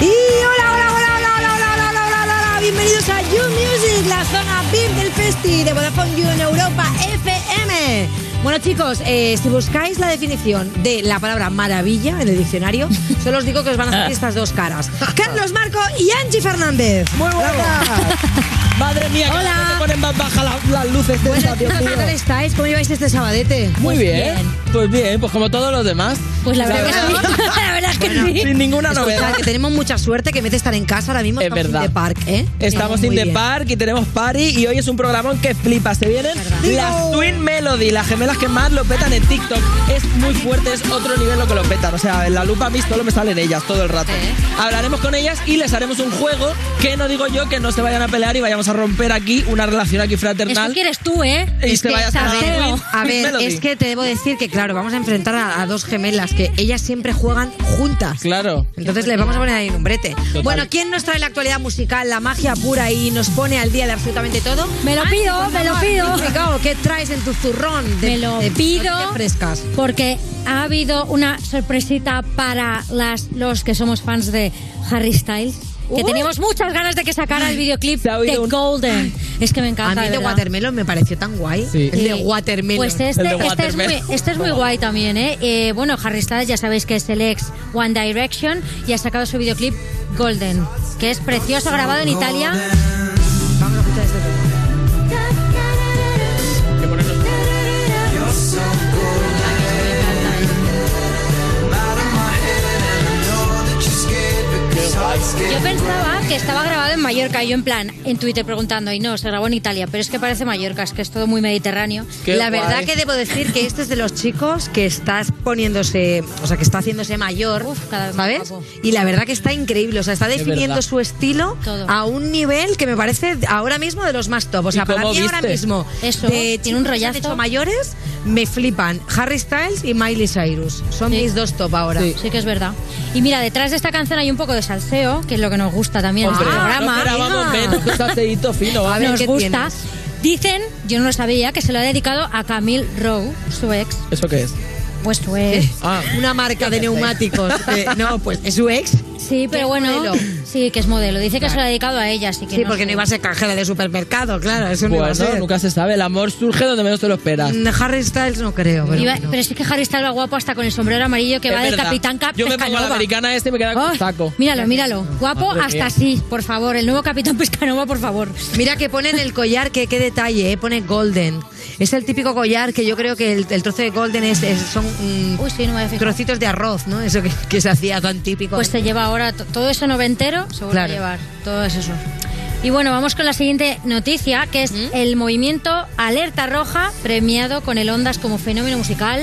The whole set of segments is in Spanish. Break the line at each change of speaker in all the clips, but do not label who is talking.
Y hola, hola, hola, hola, hola, hola, hola, hola, hola, hola, hola. bienvenidos a You Music, la zona VIP del Festi de Vodafone You en Europa FM. Bueno chicos, eh, si buscáis la definición de la palabra maravilla en el diccionario, solo os digo que os van a hacer estas dos caras. Carlos Marco y Angie Fernández.
Muy buenas. Madre mía, que
Hola.
se ponen más bajas la- las luces de esta,
Buenas,
Dios
¿qué
mío.
tal estáis? ¿Cómo lleváis este sabadete?
Muy bien.
bien.
Pues bien, pues como todos los demás.
Pues la verdad que sí.
La verdad es que
Bueno,
sí.
sin ninguna
Escuchad,
novedad.
que tenemos mucha suerte que en vez de estar en casa ahora mismo
Es
estamos
verdad.
in the park, ¿eh?
Estamos
Muy
in the
bien.
park y tenemos party y hoy es un programón que flipa. Se vienen las Twin Melody, las gemelas que más lo petan en TikTok. Es muy fuerte, es otro nivel lo que lo petan. O sea, en la lupa a mí solo me salen ellas todo el rato. Hablaremos con ellas y les haremos un juego que no digo yo que no se vayan a pelear y vayamos a romper aquí una relación aquí
Eso
fraternal.
quieres tú, ¿eh?
Pues Y se vaya a
sabeo.
cenar a Twin.
A ver,
Melody.
es que te debo decir que, claro, vamos a enfrentar a, a dos gemelas que ellas siempre juegan juntas.
Claro.
Entonces les vamos a poner ahí un brete. Bueno, ¿quién nos trae la actualidad musical, la magia pura y nos pone al día de absolutamente todo?
Me lo
Antes,
pido,
por
me lo
favor,
pido.
Rigao, ¿Qué traes en tu zurrón de,
Me lo
de
pido
noticias frescas?
porque ha habido una sorpresita para las, los que somos fans de Harry Styles. Que
Uy.
teníamos muchas ganas de que sacara el videoclip
Se ha oído
de
un-
Golden. Es que me
A
encanta.
mí de
verdad.
Watermelon me pareció tan guay.
Sí.
El de
Sí.
Watermelon.
Pues este,
El de
este es, muy,
Watermelon.
este es muy guay también, ¿eh? Eh, Bueno, Harry Styles ya sabéis que es el ex One Direction y ha sacado su videoclip Golden, que es precioso, grabado en Italia.
Vamos a escuchar este tema.
Yo pensaba que estaba grabado en Mallorca, y yo en plan, en Twitter preguntando, y no, se grabó en Italia, pero es que parece Mallorca, es que es todo muy mediterráneo.
Qué
la
guay.
verdad que debo decir que este es de los chicos que está poniéndose, o sea, que está haciéndose mayor,
Uf, cada vez más
¿sabes?
guapo.
Y la verdad que está increíble, o sea, está definiendo
verdad.
su estilo
Todo.
a un nivel que me parece ahora mismo de los más top, o sea,
¿Y
para mí
cómo
ahora
viste?
mismo
Eso,
de
tiene
chicos
un
que se han
rollazo.
hecho mayores me flipan Harry Styles y Miley Cyrus, son
Sí.
mis dos top ahora.
Sí.
Sí que es verdad. Y mira, detrás de esta canción hay un poco de salseo, que es lo que nos gusta también
Hombre,
en este
no
programa.
esperábamos
hija.
menos que un salseíto fino.
A ver,
nos
Ah, ¿qué
gusta.
tienes?
Dicen, yo no lo sabía, que se lo ha dedicado a Camille Rowe, su ex.
¿Eso qué es?
Pues su ex.
Ah.
Una marca de neumáticos. eh, no, pues es su ex.
Sí,
Es
pero bueno.
modelo.
Sí, que es modelo. Dice que se lo ha dedicado a ella, así que.
Sí,
no
porque
sé.
no iba a ser cajera de supermercado, claro, eso no iba a
Bueno,
ser.
nunca se sabe. El amor surge donde menos te lo esperas.
Mm, Harry Styles no creo, pero.
Iba-
bueno.
Pero sí que Harry Styles va guapo hasta con el sombrero amarillo que
Es
va del
verdad.
capitán Cap.
Yo me pongo la
Pescanova.
americana este y me queda con
Ay,
saco.
Míralo, míralo. Guapo
Madre
hasta
mía.
sí, por favor. El nuevo capitán Pescanova, por favor.
Mira que pone en el collar, que qué detalle, eh, pone golden. Es el típico collar que yo creo que el, el trozo de golden es, es- son mm,
Uy, sí, no me había fijado.
trocitos de arroz, ¿no? Eso que, que se hacía tan típico.
Pues se lleva ahora to- todo eso noventero, se vuelve
Claro.
a llevar. Todo es eso. Y bueno, vamos con la siguiente noticia, que es
Mm.
el movimiento Alerta Roja premiado con el Ondas como fenómeno musical.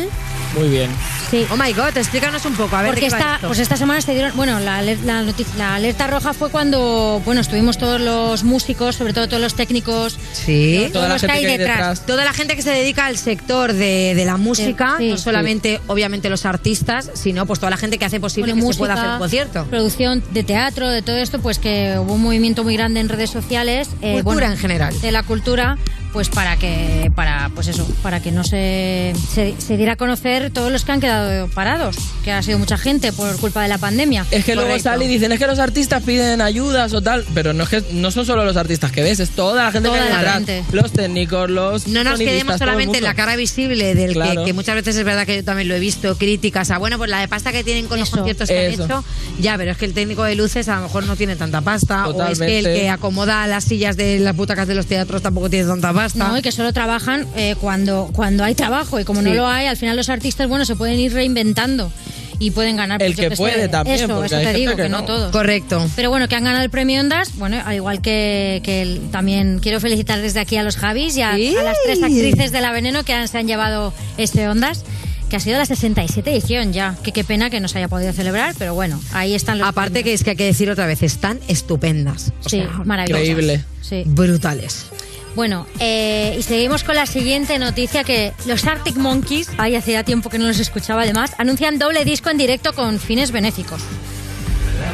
Muy bien.
Sí.
Oh my god, explícanos un poco, a ver
Porque
de qué va
esta,
esto.
pues esta semana se dieron, bueno, la, aler- la noticia- la alerta roja fue cuando, bueno, estuvimos todos los músicos, sobre todo todos los técnicos,
Sí.
Toda
todos
la
los que
gente
hay
que hay
detrás.
detrás.
Toda la gente que se dedica al sector de, de la música,
Sí,
no
sí.
solamente, obviamente, los artistas, sino pues toda la gente que hace posible
Bueno,
que se
música,
pueda hacer un concierto.
producción de teatro, de todo esto, pues que hubo un movimiento muy grande en redes sociales, eh,
Cultura en general.
de la cultura, pues para que, para, pues eso, para que no se, se, se diera a conocer todos los que han quedado parados, que ha sido mucha gente por culpa de la pandemia.
Es que luego
Correcto.
sale y dicen, es que los artistas piden ayudas o tal. Pero no es que no son solo los artistas que ves, es toda la gente
Toda
que hay
la
detrás.
gente.
Los técnicos, los
no nos
sonidistas,
quedemos
todo el
solamente en
mundo.
la cara visible del que-
Claro.
que, muchas veces es verdad que yo también lo he visto, críticas a, bueno, pues la de pasta que tienen con los
Eso.
conciertos que
Eso.
han hecho, ya, pero es que el técnico de luces a lo mejor no tiene tanta pasta, o es que el
Totalmente.
que acomoda las sillas de las butacas de los teatros tampoco tiene tanta pasta.
No, y que solo trabajan eh, cuando, cuando hay trabajo. Y como no
Sí.
lo hay, al final los artistas, bueno, se pueden ir reinventando y pueden ganar.
El
pues, yo
que
qué
puede también,
Eso,
porque
eso
hay
te
gente
digo,
que
que, no,
no.
todos.
Correcto.
Pero bueno, que han ganado el premio Ondas, bueno, al igual que, que el- también quiero felicitar desde aquí a los Javis y a,
Sí.
a las tres actrices de La Veneno que han- se han llevado este Ondas, que ha sido la 67 edición ya. Que qué pena que no se haya podido celebrar, pero bueno, ahí están los
Aparte que es que hay que decir otra vez, están estupendas. O
Sí,
sea,
maravillosas.
increíble.
Sí.
brutales.
Bueno, eh, y seguimos con la siguiente noticia que los Arctic Monkeys, ay, hacía tiempo que no los escuchaba además, anuncian doble disco en directo con fines benéficos.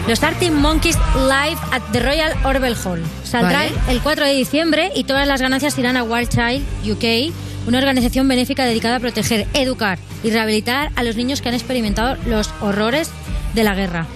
Los Arctic Monkeys Live at the Royal Orwell Hall. Saldrá
Vale.
el 4 de diciembre y todas las ganancias irán a Wild Child UK, una organización benéfica dedicada a proteger, educar y rehabilitar a los niños que han experimentado los horrores de la guerra.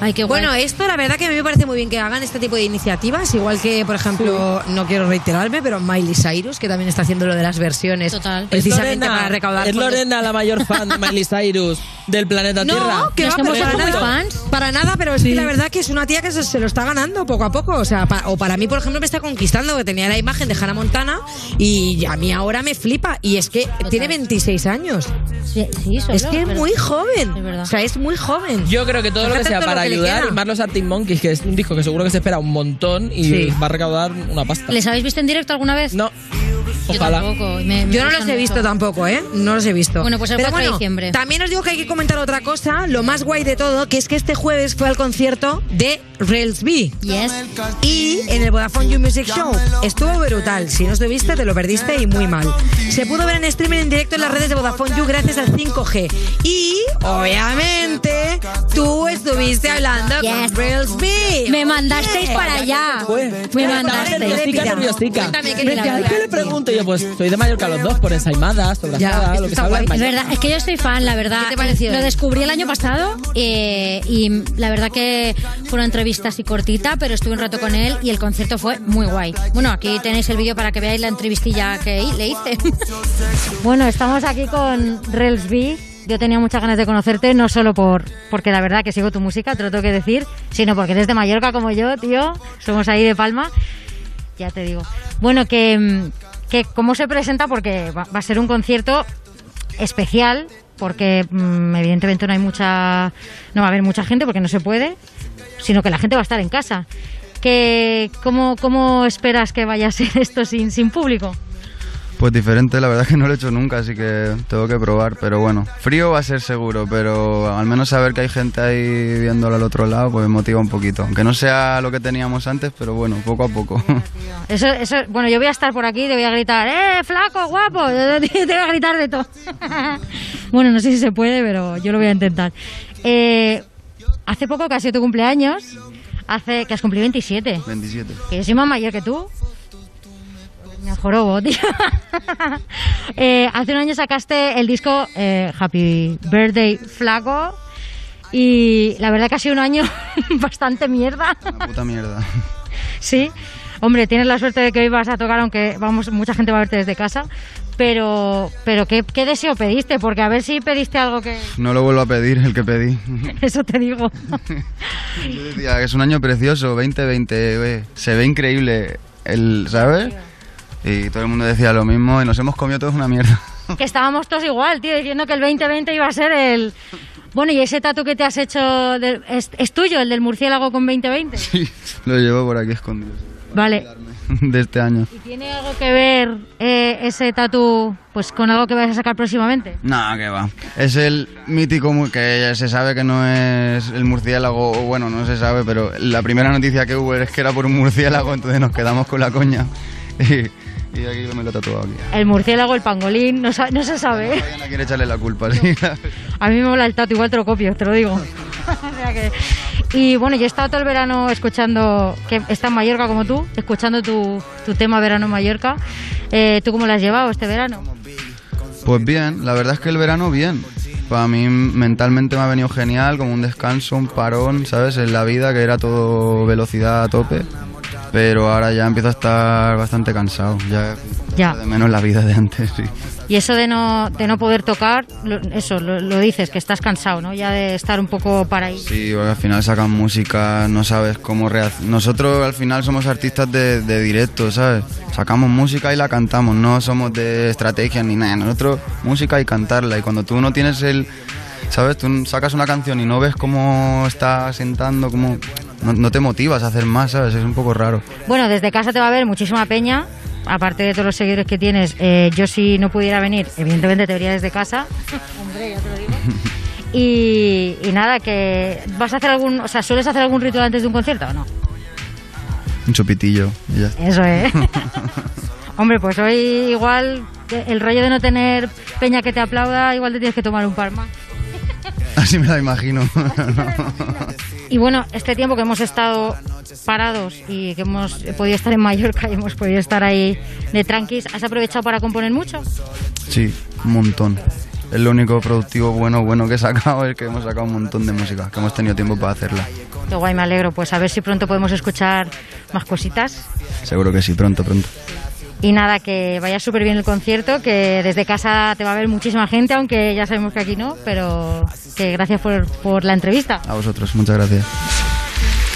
Ay, qué guay.
Bueno, esto la verdad que a mí me parece muy bien que hagan este tipo de iniciativas, igual que, por ejemplo, no quiero reiterarme, pero Miley Cyrus, que también está haciendo lo de las versiones,
Total. Es
precisamente para recaudar
es
fondos.
Lorena la mayor fan de Miley Cyrus del planeta Tierra.
No, que
Nos
va,
hemos
pero
hecho
para
muy
nada.
fans.
Para nada, pero es que la verdad que es una tía que se, se lo está ganando poco a poco. O sea, pa- o para mí, por ejemplo, me está conquistando, que tenía la imagen de Hannah Montana y a mí ahora me flipa. Y es que tiene 26 años.
Sí, sí, solo,
es que es
pero-
muy joven.
Es verdad.
o sea, es muy joven.
Yo creo que todo lo que
Fíjate
sea
todo
para
lo que le
ayudar
queda.
y más los Arctic Monkeys, que es un disco que seguro que se espera un montón y
Sí.
va a recaudar una pasta.
¿Les habéis visto en directo alguna vez?
No,
Yo
ojalá.
tampoco, y me- me
Yo no
gustan
los he visto
mucho.
tampoco, ¿eh? No los he visto.
Bueno, pues el
Pero
4 de diciembre.
También os digo que hay que comentar otra cosa, lo más guay de todo, que es que este jueves fue al concierto de Rails B.
Yes.
Y en el Vodafone You Music Show estuvo brutal. Si no estuviste, te lo perdiste y muy mal. Se pudo ver en streaming en directo en las redes de Vodafone You gracias al 5G. Y, obviamente, tú estuviste hablando
Yes.
con Rails B.
Me mandasteis para allá. Me mandasteis.
nerviosica,
Mira,
nerviosica.
cuéntame, ¿qué tal?
Me decía, "Ay, ¿qué le pregunto? Y yo, pues soy de Mallorca los dos, por ensaimadas,
Ya,
sobrajadas,
esto
lo que se
está
habla
guay.
en
Es
Mallorca.
verdad, es que yo soy fan, la verdad.
¿Qué te pareció?
Lo descubrí el año pasado eh, y la verdad que fue una entrevista así cortita, pero estuve un rato con él y el concierto fue muy guay. Bueno, aquí tenéis el vídeo para que veáis la entrevistilla que hi- le hice. bueno, estamos aquí con Rels B. Yo tenía muchas ganas de conocerte, no solo por porque la verdad que sigo tu música, te lo tengo que decir, sino porque eres de Mallorca como yo, tío. Somos ahí de Palma. Ya te digo. Bueno, que, mm, que cómo se presenta, porque va, va a ser un concierto especial, porque mm, evidentemente no hay mucha. no va a haber mucha gente porque no se puede, sino que la gente va a estar en casa. Que, ¿cómo, ¿Cómo esperas que vaya a ser esto sin, sin público?
Pues diferente, la verdad que no lo he hecho nunca, así que tengo que probar, pero bueno, frío va a ser seguro, pero al menos saber que hay gente ahí viéndolo al otro lado, pues me motiva un poquito, aunque no sea lo que teníamos antes, pero bueno, poco a poco.
Eso, eso, bueno, yo voy a estar por aquí, te voy a gritar, ¡eh, flaco, guapo! Te voy a gritar de todo. bueno, no sé si se puede, pero yo lo voy a intentar. Eh, hace poco que ha sido tu cumpleaños, hace que has cumplido 27.
27.
Que yo soy más mayor que tú. Me jorobo, tío. Eh, hace un año sacaste el disco eh, Happy Birthday Flaco. Y la verdad que ha sido un año bastante mierda.
Una puta mierda.
Sí. Hombre, tienes la suerte de que hoy vas a tocar, aunque vamos, mucha gente va a verte desde casa. Pero, pero ¿qué, qué deseo pediste? Porque a ver si pediste algo que...
No lo vuelvo a pedir, el que pedí.
Eso te digo.
Yo decía, es un año precioso, 2020, güey, se ve increíble, el, ¿sabes? Y todo el mundo decía lo mismo y nos hemos comido todos una mierda.
que estábamos todos igual, tío, diciendo que el 2020 iba a ser el... Bueno, y ese tatu que te has hecho del- es, es tuyo, el del murciélago con 2020.
Sí, lo llevo por aquí escondido.
Vale.
De este año.
¿Y tiene algo que ver eh, ese tatu pues con algo que vas a sacar próximamente?
No, que va. Es el mítico mu- que se sabe que no es el murciélago, o bueno, no se sabe, pero la primera noticia que hubo es que era por un murciélago, entonces nos quedamos con la coña. Y, y aquí me lo he tatuado aquí.
El murciélago, el pangolín, no, sa- no se sabe. ¿eh?
Nadie quiere echarle la culpa, sí.
A mí me mola el tatu, igual te lo copio, te lo digo. O sea que- Y bueno, yo he estado todo el verano escuchando, que está en Mallorca como tú, escuchando tu, tu tema Verano en Mallorca. Eh, ¿Tú cómo lo has llevado este verano?
Pues bien, la verdad es que el verano bien. Para mí mentalmente me ha venido genial, como un descanso, un parón, ¿sabes? En la vida que era todo velocidad a tope. Pero ahora ya empiezo a estar bastante cansado. Ya,
Ya.
echo de menos la vida de antes, sí.
Y eso de no, de no poder tocar, lo- eso, lo, lo dices, que estás cansado, ¿no? Ya de estar un poco para ahí.
Sí, porque al final sacan música, no sabes cómo reaccionar. Nosotros al final somos artistas de, de directo, ¿sabes? Sacamos música y la cantamos, no somos de estrategia ni nada. Nosotros música y cantarla. Y cuando tú no tienes el... ¿Sabes? Tú sacas una canción y no ves cómo está sentando, cómo... No, no te motivas a hacer más, ¿sabes? Es un poco raro.
Bueno, desde casa te va a ver muchísima peña, aparte de todos los seguidores que tienes. Eh, yo si no pudiera venir, evidentemente te vería desde casa. Hombre, ya te lo digo. Y, y nada, que vas a hacer algún, o sea, ¿sueles hacer algún ritual antes de un concierto o no?
Un chupitillo. y ya está.
Eso es. Hombre, pues hoy igual eh, el rollo de no tener peña que te aplauda, igual te tienes que tomar un par más.
Así me la imagino.
Y bueno, este tiempo que hemos estado parados y que hemos podido estar en Mallorca y hemos podido estar ahí de tranquis, ¿has aprovechado para componer mucho?
Sí, un montón. Es lo único productivo bueno bueno que he sacado es que hemos sacado un montón de música, que hemos tenido tiempo para hacerla.
Qué guay, me alegro. Pues a ver si pronto podemos escuchar más cositas.
Seguro que sí, pronto, pronto.
Y nada, que vaya súper bien el concierto, que desde casa te va a ver muchísima gente, aunque ya sabemos que aquí no, pero que gracias por, por la entrevista.
A vosotros, muchas gracias.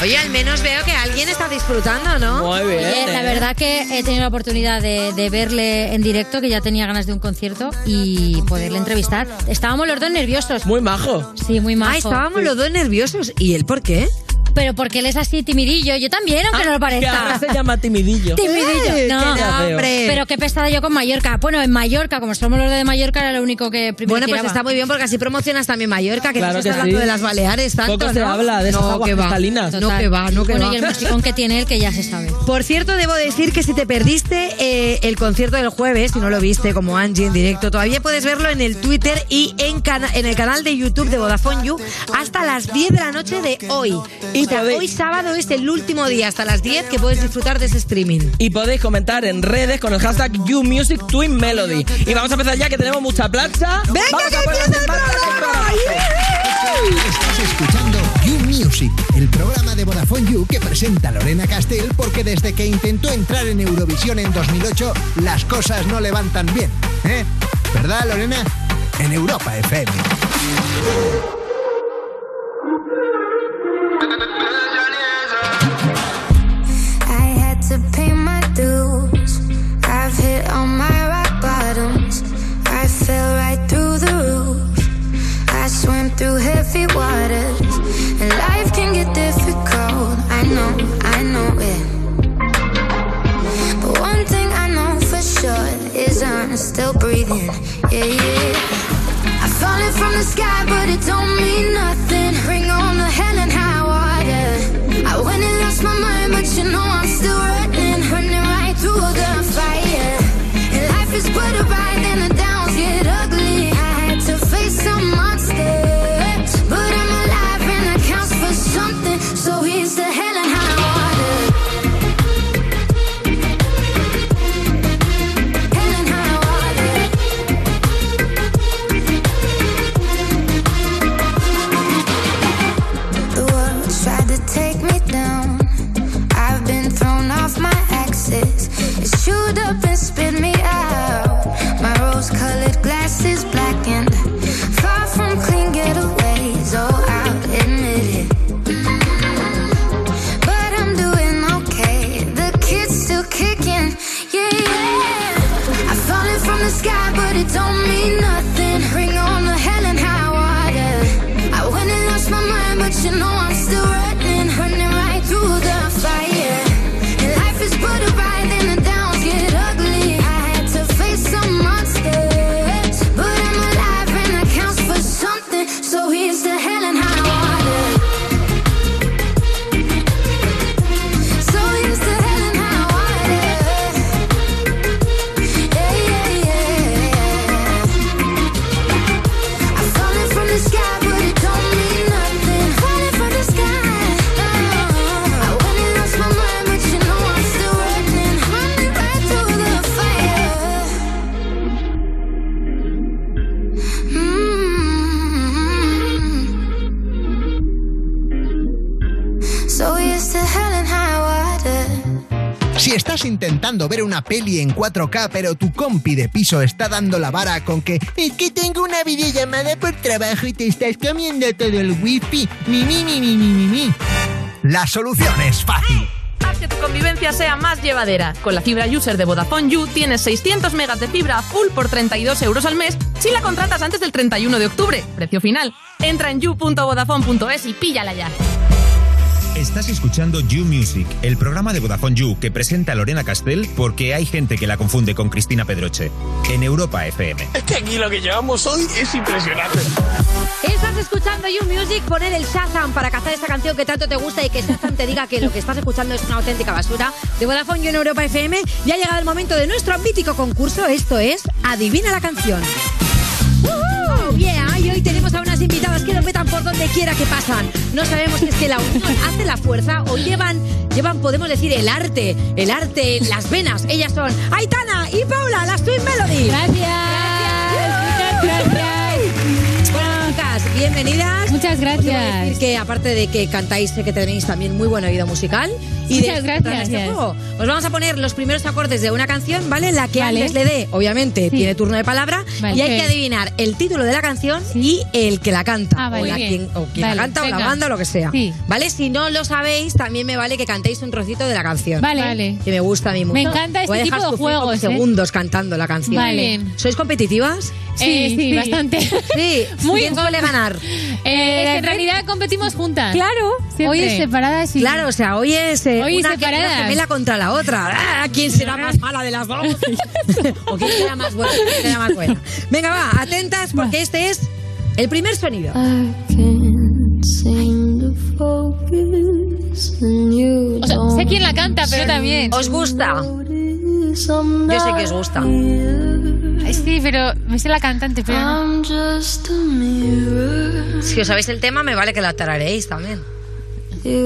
Oye, al menos veo que alguien está disfrutando, ¿no?
Muy bien.
Eh, la
eh.
verdad que he tenido la oportunidad de, de verle en directo, que ya tenía ganas de un concierto y poderle entrevistar. Estábamos los dos nerviosos.
Muy majo.
Sí, muy majo.
Ah, estábamos los dos nerviosos. ¿Y él por qué?
Pero porque él es así timidillo. Yo también, aunque no lo
Ah, Que
parezca.
ahora se llama timidillo.
Timidillo.
Eh,
No.
Ah, qué nombre.
Pero qué pesada yo con Mallorca. Bueno, en Mallorca, como somos los de Mallorca, era lo único que primero
Bueno, pues
tiraba.
está muy bien porque así promocionas también Mallorca, que
Claro
no se
que
está hablando
sí.
de las Baleares tanto,
Poco se
¿no?
habla de esas
no,
aguas
que va.
cristalinas.
No,
Total.
que va, no, que
bueno,
va.
y el musicón que tiene él, que ya se sabe.
Por cierto, debo decir que si te perdiste eh, el concierto del jueves, si no lo viste como Angie en directo, todavía puedes verlo en el Twitter y en, cana- en el canal de YouTube de Vodafone You hasta las 10 de la noche de hoy.
Y
O sea,
podéis-
hoy sábado es el último día hasta las 10 que puedes disfrutar de ese streaming.
Y podéis comentar en redes con el hashtag YouMusicTwinMelody. Y vamos a empezar ya que tenemos mucha plaza.
¡Venga,
Vamos a
que
ponernos
empieza el
en marcha con el
programa!
programa.
Estás escuchando You Music, el programa de Vodafone You que presenta Lorena Castell porque desde que intentó entrar en Eurovisión en 2008 las cosas no levantan bien, ¿eh? ¿Verdad, Lorena? En Europa FM.
I had to pay my dues. I've hit all my rock bottoms. I fell right through the roof. I swim through heavy waters. And life can get difficult. I know, I know it. But one thing I know for sure is I'm still breathing. Yeah, yeah. I'm falling from the sky, but it don't mean nothing. Bring on the hell and high water. I went and lost my mind, but you know I'm still running, running right through the fire. And life is but a ride, and the downs get ugly. I had to face some monsters, but I'm alive and that counts for something. So here's the hell and high water. Hell and high water. The world tried to take me down. I've been thrown off my axis. It chewed up and spit me out. My rose colored glasses blackened. Far from clean getaways. Oh, I'll admit it. But I'm doing okay. The kid's still kicking. Yeah, yeah. I'm falling from the sky, but it don't mean nothing. Bring on the hell and high water. I went and lost my mind, but you know I'm still running, running right through the fire. And life is but a ride, and the downs get ugly. I had to face some monsters, but I'm alive, and that counts for something. So here's the hell and high water. So here's the hell and high water. Yeah, yeah, yeah. I'm falling from the sky, but it don't mean nothing. Falling from the sky. I went and lost my mind, but you know I'm still running, running right through the fire. Mm. So here's to hell and high water.
Si estás intentando ver una peli en 4K pero tu compi de piso está dando la vara con que es que tengo una videollamada por trabajo y te estás comiendo todo el wifi, mi mi mi mi mi mi mi. La solución es fácil.
Haz que tu convivencia sea más llevadera. Con la fibra user de Vodafone You tienes 600 megas de fibra a full por 32 euros al mes si la contratas antes del 31 de octubre. Precio final. Entra en you.vodafone.es y píllala ya.
Estás escuchando You Music, el programa de Vodafone You que presenta Lorena Castell porque hay gente que la confunde con Cristina Pedroche. En Europa FM.
Es que aquí lo que llevamos hoy es impresionante.
Estás escuchando You Music, poner el Shazam para cazar esta canción que tanto te gusta y que Shazam te diga que lo que estás escuchando es una auténtica basura. De Vodafone You en Europa FM, ya ha llegado el momento de nuestro mítico concurso. Esto es Adivina la canción. ¡Woohoo! Oh, Yeah, y hoy tenemos a unas invitadas que lo metan por donde quiera que pasan. No sabemos si es que la unión hace la fuerza o llevan, llevan, podemos decir, el arte, el arte, en las venas. Ellas son Aitana y Paula, las Twin Melody. Gracias. Gracias. Bueno, chicas, bienvenidas.
Muchas
Os debo decir
gracias.
que aparte de que cantáis, sé que tenéis también muy buen oído musical. Y de
Muchas gracias.
disfrutar de este juego. Os vamos a poner los primeros acordes de una canción, ¿vale? La que
Vale.
antes le dé, obviamente, tiene turno de palabra.
Vale.
Y hay que
Ok.
adivinar el título de la canción y el que la canta.
Ah, vale.
O, la
Muy
quien,
bien.
o quien la
Vale,
canta o la
venga.
banda o lo que sea.
Sí.
¿Vale? Si no lo sabéis, también me vale que cantéis un trocito de la canción.
Vale. Vale.
Que me gusta a mí mucho.
Me encanta este
Voy a dejar
tipo de
sufrir como
juegos, ¿eh?
segundos cantando la canción.
Muy Vale. bien.
¿Sois competitivas?
Eh, sí, bastante.
Sí.
Muy
¿Quién
com-
suele ganar?
Eh, en realidad competimos juntas.
Claro.
Hoy es separadas y...
Claro, o sea, hoy es eh,
Hoy
una
separadas.
una gemela contra la otra. Ah, ¿Quién será más mala de las dos? ¿O quién será más buena? ¿Quién será más buena? Venga, va, atentas porque este es el primer sonido.
O sea, sé quién la canta, pero también.
¿Os gusta? Yo sé que os gusta.
Sí, pero me sé la cantante, pero no.
Si os sabéis el tema, me vale que la tararéis también.
Me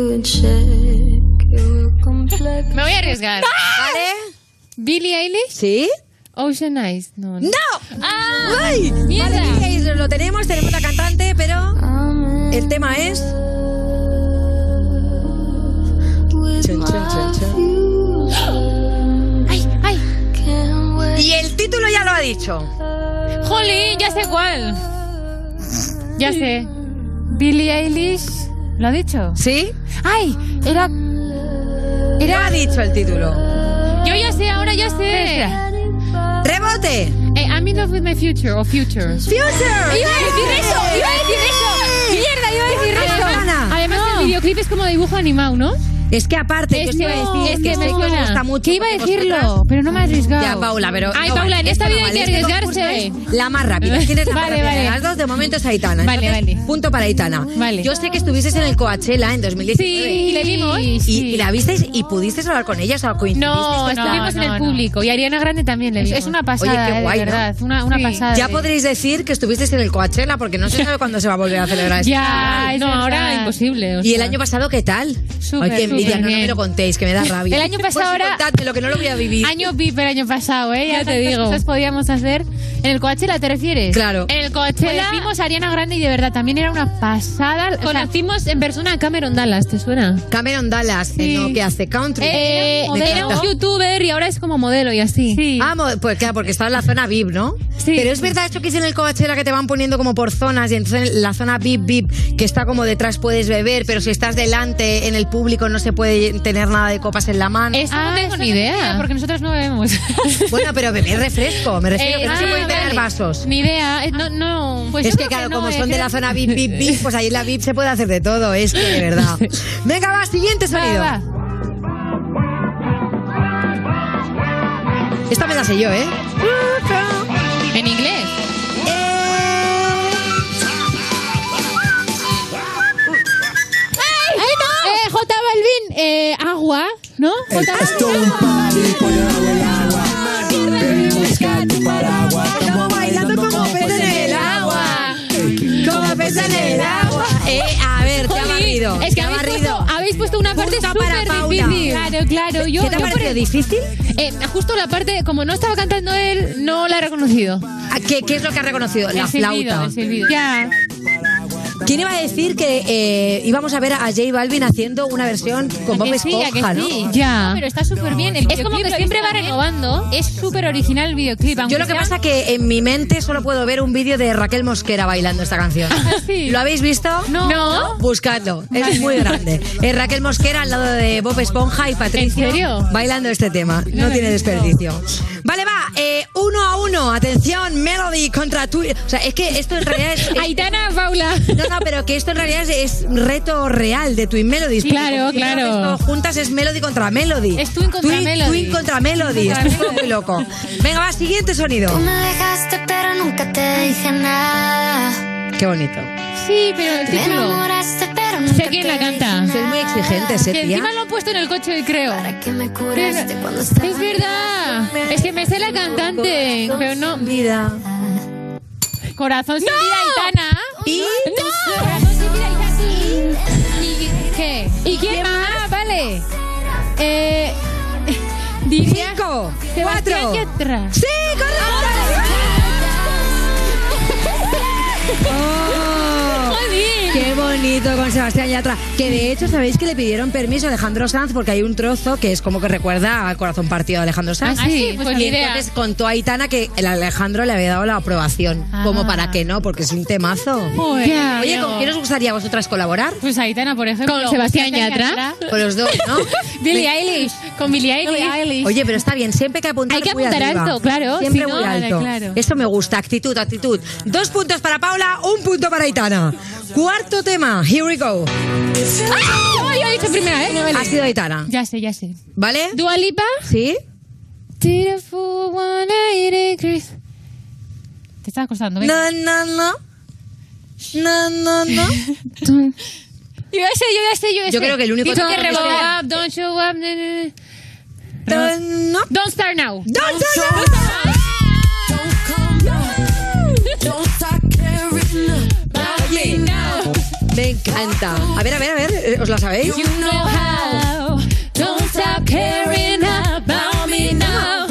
voy a arriesgar.
¿Vale?
Ah. ¿Billie Eilish?
¿Sí?
Ocean Eyes. No. no.
¡No!
¡Ah!
¡Ay!
¡Mierda!
Vale, diréis, lo tenemos, tenemos la cantante, pero el tema es... Chun, chun, chun, chun.
¡Ay, ay!
Y el título ya lo ha dicho.
¡Jolín! Ya sé cuál. Ya sé. Billie Eilish. ¿Lo ha dicho?
¿Sí?
¡Ay! Era.
Ya ha dicho el título.
Yo ya sé, ahora ya sé.
¡Rebote!
Eh, I'm in love with my future o future.
¡Future!
¡Iba a decir eso! ¡Iba a decir eso! ¡Mierda! ¡Iba a decir
Una
eso!
semana.
Además, además el videoclip es como dibujo animado, ¿no?
Es que aparte, yo
Es
os iba a
no,
decir
es
que,
que me
sé que os
suena.
gusta mucho.
Que iba a
porque
decirlo,
vosotras-
pero no me has arriesgado.
Ya, Paula, pero.
Ay,
no
Paula,
vale,
en esta
esto no
vida hay que
vale, este concurso
arriesgarse. eh.
es La más rápida. ¿Quién es la más
Vale,
rápida?
vale.
Las dos de momento es Aitana.
Vale,
Entonces,
vale.
Punto para Aitana.
Vale.
Yo sé que estuvieses en el Coachella en 2019.
Sí, le vimos.
Y, y la visteis y pudisteis hablar con ella, o sea, coincidisteis. con
No,
la-
estuvimos en el público y Ariana Grande también le
Es-
vimos.
es una pasada, Oye, qué eh, de guay, ¿no? verdad,
Una, pasada.
Ya podréis decir que estuvisteis en el Coachella porque no se sabe cuándo se va a volver a celebrar esto.
Ya, no, ahora imposible. o
¿Y el
sea.
año pasado qué tal?
Súper,
Ay, qué envidia,
súper
no, no
bien.
me lo contéis, que me da rabia.
El año pasado
Pues,
era-
contádmelo, que no lo voy a vivir.
Año VIP el año pasado, ¿eh? Ya, te digo. Cosas podíamos hacer. ¿En el Coachella te refieres?
Claro.
En el Coachella. vimos a Ariana Grande y de verdad también era una pasada. Conocimos en persona a Cameron Dallas, ¿te suena?
Cameron Dallas,
Sí.
en lo que hace country.
Eh,
Me
era un
encanta.
youtuber y ahora es como modelo y así. Sí.
Ah, mo- pues claro, porque está en la zona VIP, ¿no?
Sí.
Pero es verdad esto que es en el Coachella que te van poniendo como por zonas y entonces en la zona VIP, VIP, que está como detrás puedes beber, pero si estás delante en el público no se puede tener nada de copas en la mano.
Ah, Eso no tengo ni idea. Porque nosotros no vemos.
Bueno, pero beber refresco, me refiero
Eh,
que no se
ah,
pueden tener
vale.
vasos.
Ni idea. eh, No, no. Pues
es
yo
que
creo
claro,
no,
como
eh,
son de
creo-
la zona VIP, VIP, VIP, pues ahí en la VIP se puede hacer de todo, es que de verdad. Venga, va, siguiente
Va,
sonido.
va.
Esta me la sé yo, ¿eh?
En inglés.
Eh,
¡Ay, no! Eh, J Balvin, eh, agua, ¿no? J Balvin.
Estamos bailando como
Pues
pez en el agua. Como pez en el agua. Eh, a ver, te ha
Jolín,
barrido.
Es que
te ha
habéis
barrido.
puesto, habéis puesto una parte
Punto para
súper
Paula.
difícil. Claro, claro. Yo,
¿Qué te ha
yo por
parecido
el-
difícil?
eh, justo la parte, como no estaba cantando él, no la he reconocido.
¿A ¿Qué, ¿Qué es lo que ha reconocido? La
El silbido,
flauta.
el silbido. Ya.
¿Quién iba a decir que eh, íbamos a ver a J Balvin haciendo una versión con Bob
que sí, a que
Esponja, no?
sí. Ya. Pero
está súper bien. El
es como que siempre va renovando.
Es súper original el videoclip.
Yo lo que pasa que en mi mente solo puedo ver un vídeo de Raquel Mosquera bailando esta canción.
Ah, sí.
¿Lo habéis visto?
No. No.
Buscadlo. Es muy grande. Es Raquel Mosquera al lado de Bob Esponja y Patricio.
¿En serio?
Bailando este tema. No,
lo he
tiene
visto.
desperdicio. Vale, va. eh, uno a uno. Atención, Melody contra tú. O sea, es que esto en realidad es. es-
Aitana Paula.
no, no, no, pero que esto en realidad es, es reto real de Twin Melody.
Sí, claro,
Porque
claro.
esto juntas es Melody contra Melody. Es Twin
contra Melody.
Twin contra Melody. Esto es muy loco. Venga, va, siguiente sonido.
Tú me dejaste, pero nunca te dije nada.
Qué bonito.
Sí, pero el
Me
título.
enamoraste, pero nunca
Sé quién la canta.
Es muy exigente,
Que
ese tía.
encima lo han puesto en el coche hoy, creo. Pero-
cuando estaba
es verdad. Es que me sé la cantante. Pero no.
Vida.
Corazón sin vida, Aitana.
¿Y?
¡No! Corazón sin vida, Aitana. ¿Y qué? ¿Y quién más? Ah, vale. Eh. Diría.
Cinco,
Sebastián
cuatro.
Yatra.
¡Sí, correcto! Oh,
¡Jolín!
¡Qué bonito con Sebastián Yatra! Que de hecho, ¿sabéis que le pidieron permiso a Alejandro Sanz? Porque hay un trozo que es como que recuerda al corazón partido de Alejandro Sanz.
Ah, sí, pues
y
ni idea.
entonces contó a Aitana que el Alejandro le había dado la aprobación.
Ah.
Como para que no, porque es un temazo.
Joder, ya,
Oye, ¿con
Diego.
quién os gustaría a vosotras colaborar?
Pues Aitana, por ejemplo.
Con Sebastián Yatra. Con los dos, ¿no?
Billie Eilish. Con Billie Eilish.
Oye, pero está bien, siempre hay que apuntar
Hay que
muy
apuntar
arriba.
alto, claro,
Siempre
si no,
muy alto.
claro.
Esto me gusta, actitud, actitud. Dos puntos para Paula, un punto para Aitana. Cuarto tema, here we go.
No, yo he dicho primera, ¿eh? No, vale.
Ha sido Aitana,
Ya sé, ya sé.
¿vale?
¿Dua Lipa?
¿Sí?
Did a full 180 degrees. Te estás acostando, venga.
No, no, no. No, no, no.
Yo ya sé, yo ya sé, yo ya sé.
Yo creo que el único
Don't
que-
show up, don't show up. na, na, na.
No, no.
Don't start now.
Don't say no. Oye, me encanta. A ver, a ver, a ver, eh, ¿os la sabéis?
You know how. Don't stop caring about me now.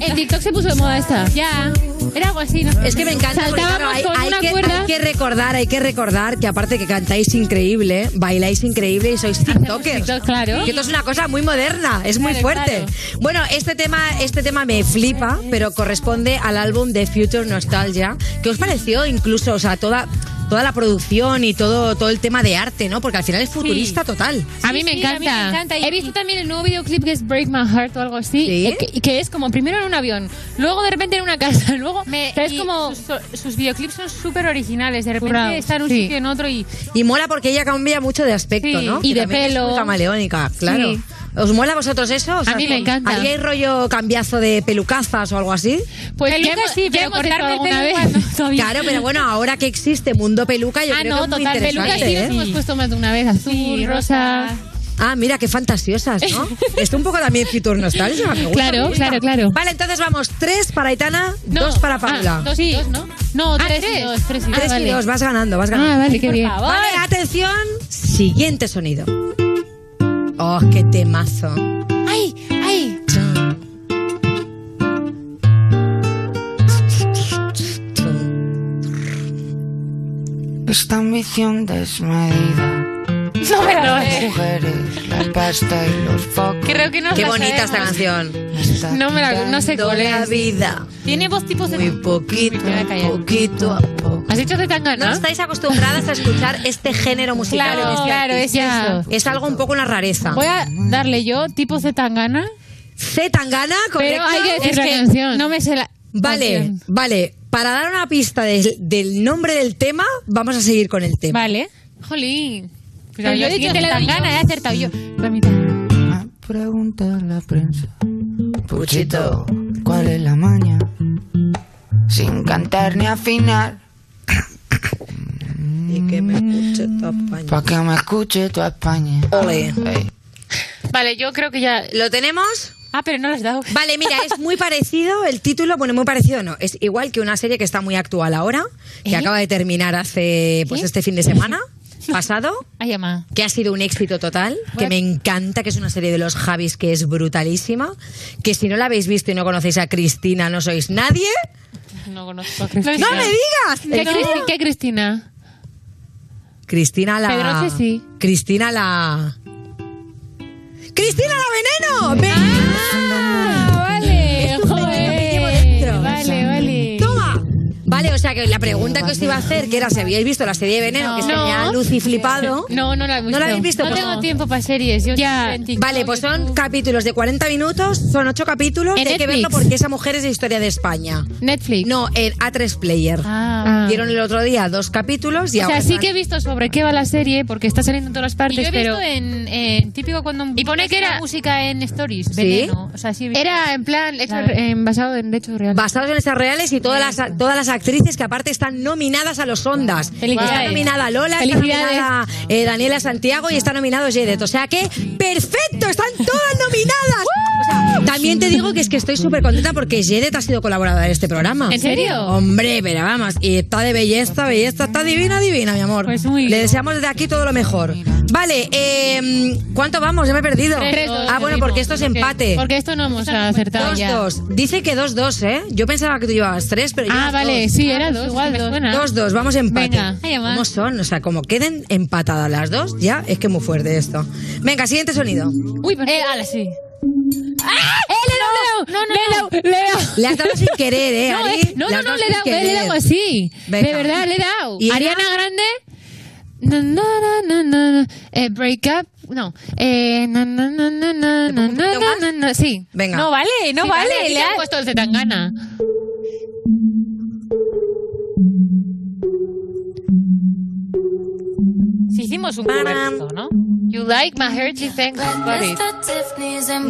En TikTok se puso de moda esta. Ya. Era algo así, ¿no?
Es que me encanta. porque,
Saltábamos
claro, hay,
con
hay
una
que,
cuerda.
hay que recordar, hay que recordar que aparte que cantáis increíble, bailáis increíble y sois TikTokers.
TikTok, claro.
Que esto es una cosa muy moderna, es muy
Claro,
fuerte.
claro.
Bueno, este tema, este tema me flipa, pero corresponde al álbum de Future Nostalgia. ¿Qué os pareció incluso, o sea, toda toda la producción y todo todo el tema de arte, ¿no? Porque al final es futurista total.
A mí, me
sí,
encanta.
a mí me encanta. Y-
He visto también el nuevo videoclip que es Break My Heart o algo así.
Sí.
eh, Que, que es como primero en un avión, luego de repente en una casa, luego.
Me-
o sea, es
y
como.
Sus, sus videoclips son súper originales. De repente
Currao,
está en un
sí.
sitio y en otro y.
Y mola porque ella cambia mucho de aspecto,
Sí,
¿no?
y
Que
de
también es
pelo.
muy camaleónica, claro.
Sí.
¿Os mola a vosotros eso? O
A mí me encanta.
¿Ahí hay rollo cambiazo de pelucazas o algo así?
Pues
Peluca
ya hemos-
sí,
ya
pero
hemos
cortarme
hecho
el
alguna
pelo
vez.
igual no, todavía.
Claro, pero bueno, ahora que existe mundo peluca, yo
ah,
creo
no,
que es muy
total. Peluca sí,
interesante,
nos
¿eh?
hemos puesto más de una vez. Azul,
Sí,
rosa.
rosa.
Ah, mira, qué fantasiosas, ¿no? Esto un poco también Future Nostalgia. me gusta,
Claro,
me gusta.
claro, claro.
Vale, entonces vamos, tres para Aitana,
No.
dos para Paula.
Ah, dos y dos, ¿no? No,
Ah,
tres, y
tres.
dos. Tres y dos.
tres
vale.
y dos, vas ganando, vas ganando.
Ah, vale, qué bien.
favor.
Vale, atención, siguiente sonido. Oh, qué temazo.
¡Ay! ¡Ay!
Esta ambición desmedida.
No me la sé.
Mujeres, la pasta y los focos.
Creo que no
Qué
la
bonita esta
sabemos.
canción.
Está
No me la no sé cuál
Dándole a
es.
vida.
Tiene dos tipos de.
Muy poquito,
Me voy a callar.
poquito a poco.
¿Has dicho de
No
Tangana?
estáis acostumbradas a escuchar este género musical.
Claro,
en este
claro, es
Ya.
eso.
Es algo un poco una rareza.
Voy a darle yo tipos de Tangana.
C Tangana,
Pero
correcto.
hay que decir
Es
la
que
canción.
no me sé la.
Vale,
canción.
vale. Para dar una pista del- del nombre del tema, vamos a seguir con el tema.
Vale.
Jolín. Pero,
Pero
yo
yo
he
dije
dicho
que
de
le dan
Tangana,
ganas,
he
he
acertado
acertado
yo.
yo.
La mitad.
Me pregunta la prensa. Puchito, ¿cuál es la maña? Sin cantar ni afinar.
Y que me escuche tu apaño.
Pa' que me escuche toda España.
Ole.
Ey.
Vale, yo creo que ya.
¿Lo tenemos?
Ah, pero no lo has dado.
Vale, mira, es muy parecido el título, bueno, muy parecido no, es igual que una serie que está muy actual ahora, que acaba de terminar hace, pues
¿Eh?
este fin de semana pasado,
Ay, ama.
que ha sido un éxito total, que me encanta, que es una serie de los Javis que es brutalísima, que si no la habéis visto y no conocéis a Cristina, no sois nadie.
No conozco a
¡No
Cristina.
me digas!
¿Qué, Cristi- qué Cristina?
Cristina la...
Pedroche sí.
Cristina la... ¡Cristina la Veneno! Ven-
Ah, vale, joder. Vale, vale.
¡Toma! Vale, o sea que la pregunta que os iba a hacer, que era si habíais visto la serie de Veneno, que se
No.
me ha Lucy flipado.
No, no la he visto.
¿No la habéis visto?
No
Pues
tengo
no.
tiempo para series. Yo
Ya.
en TikTok,
Vale, pues son capítulos de 40 minutos, son 8 capítulos,
¿En
y hay que
Netflix?
verlo porque esa mujer es de historia de España.
Netflix.
No, en A3 Player.
Ah,
Dieron el otro día dos capítulos y
O
ahora
sea, sí
están-
que he visto sobre qué va la serie, porque está saliendo en todas las partes,
Y yo he visto
pero...
en, en típico cuando
Y pone que
buscas
era-
una música en stories,
¿Sí?
veneno. O sea, sí he visto.
Era en plan hecho-
Claro.
en- basado en hechos reales.
Basados en hechos reales y todas las, todas las actrices que aparte están nominadas a los Ondas. Está
Felicidades.
nominada Lola, está
Felicidades.
nominada eh, Daniela Santiago y está nominado Jedet. O sea que, ¡perfecto! ¡Están todas nominadas! O sea, también te digo que es que estoy súper contenta porque Jedet ha sido colaboradora de este programa.
¿En serio?
Hombre, pero vamos, y está de belleza, belleza, está divina, divina, mi amor.
Pues
Le deseamos desde aquí todo lo mejor. Vale, eh, ¿cuánto vamos? Ya me he perdido.
Tres, dos,
ah, bueno, porque esto es empate.
Porque esto no hemos acertado
Dos,
ya.
dos. Dice que 2-2, dos, dos, ¿eh? Yo pensaba que tú llevabas 3, pero
Ah,
llevas
vale,
dos.
sí, era dos. Igual dos.
2-2, vamos a empate. ¿Cómo son? O sea, como queden empatadas las dos, ya es que es muy fuerte esto. Venga, siguiente sonido.
Uy, pero... Eh, ala, sí.
¡Ah! ¡Eh, le he dado, le he dado, le he dado, le he dado!
Le has dado sin querer, ¿eh,
No,
Ari?
eh, No,
Le
no,
has
no,
dado
le he
sin
dado, eh, le he
querer.
dado así.
Venga.
De verdad, le he dado.
¿Y era?
Ariana Grande... Na, na, na, na, na, na. Eh, break up, no. Eh, na, na, na, na, na, na, na, na, na, sí.
Venga.
No vale, no
Sí,
vale.
vale, sí
le
que
has
han
puesto el Zetangana.
Sí hicimos un covercito, ¿no?
You like my hair, you think like body.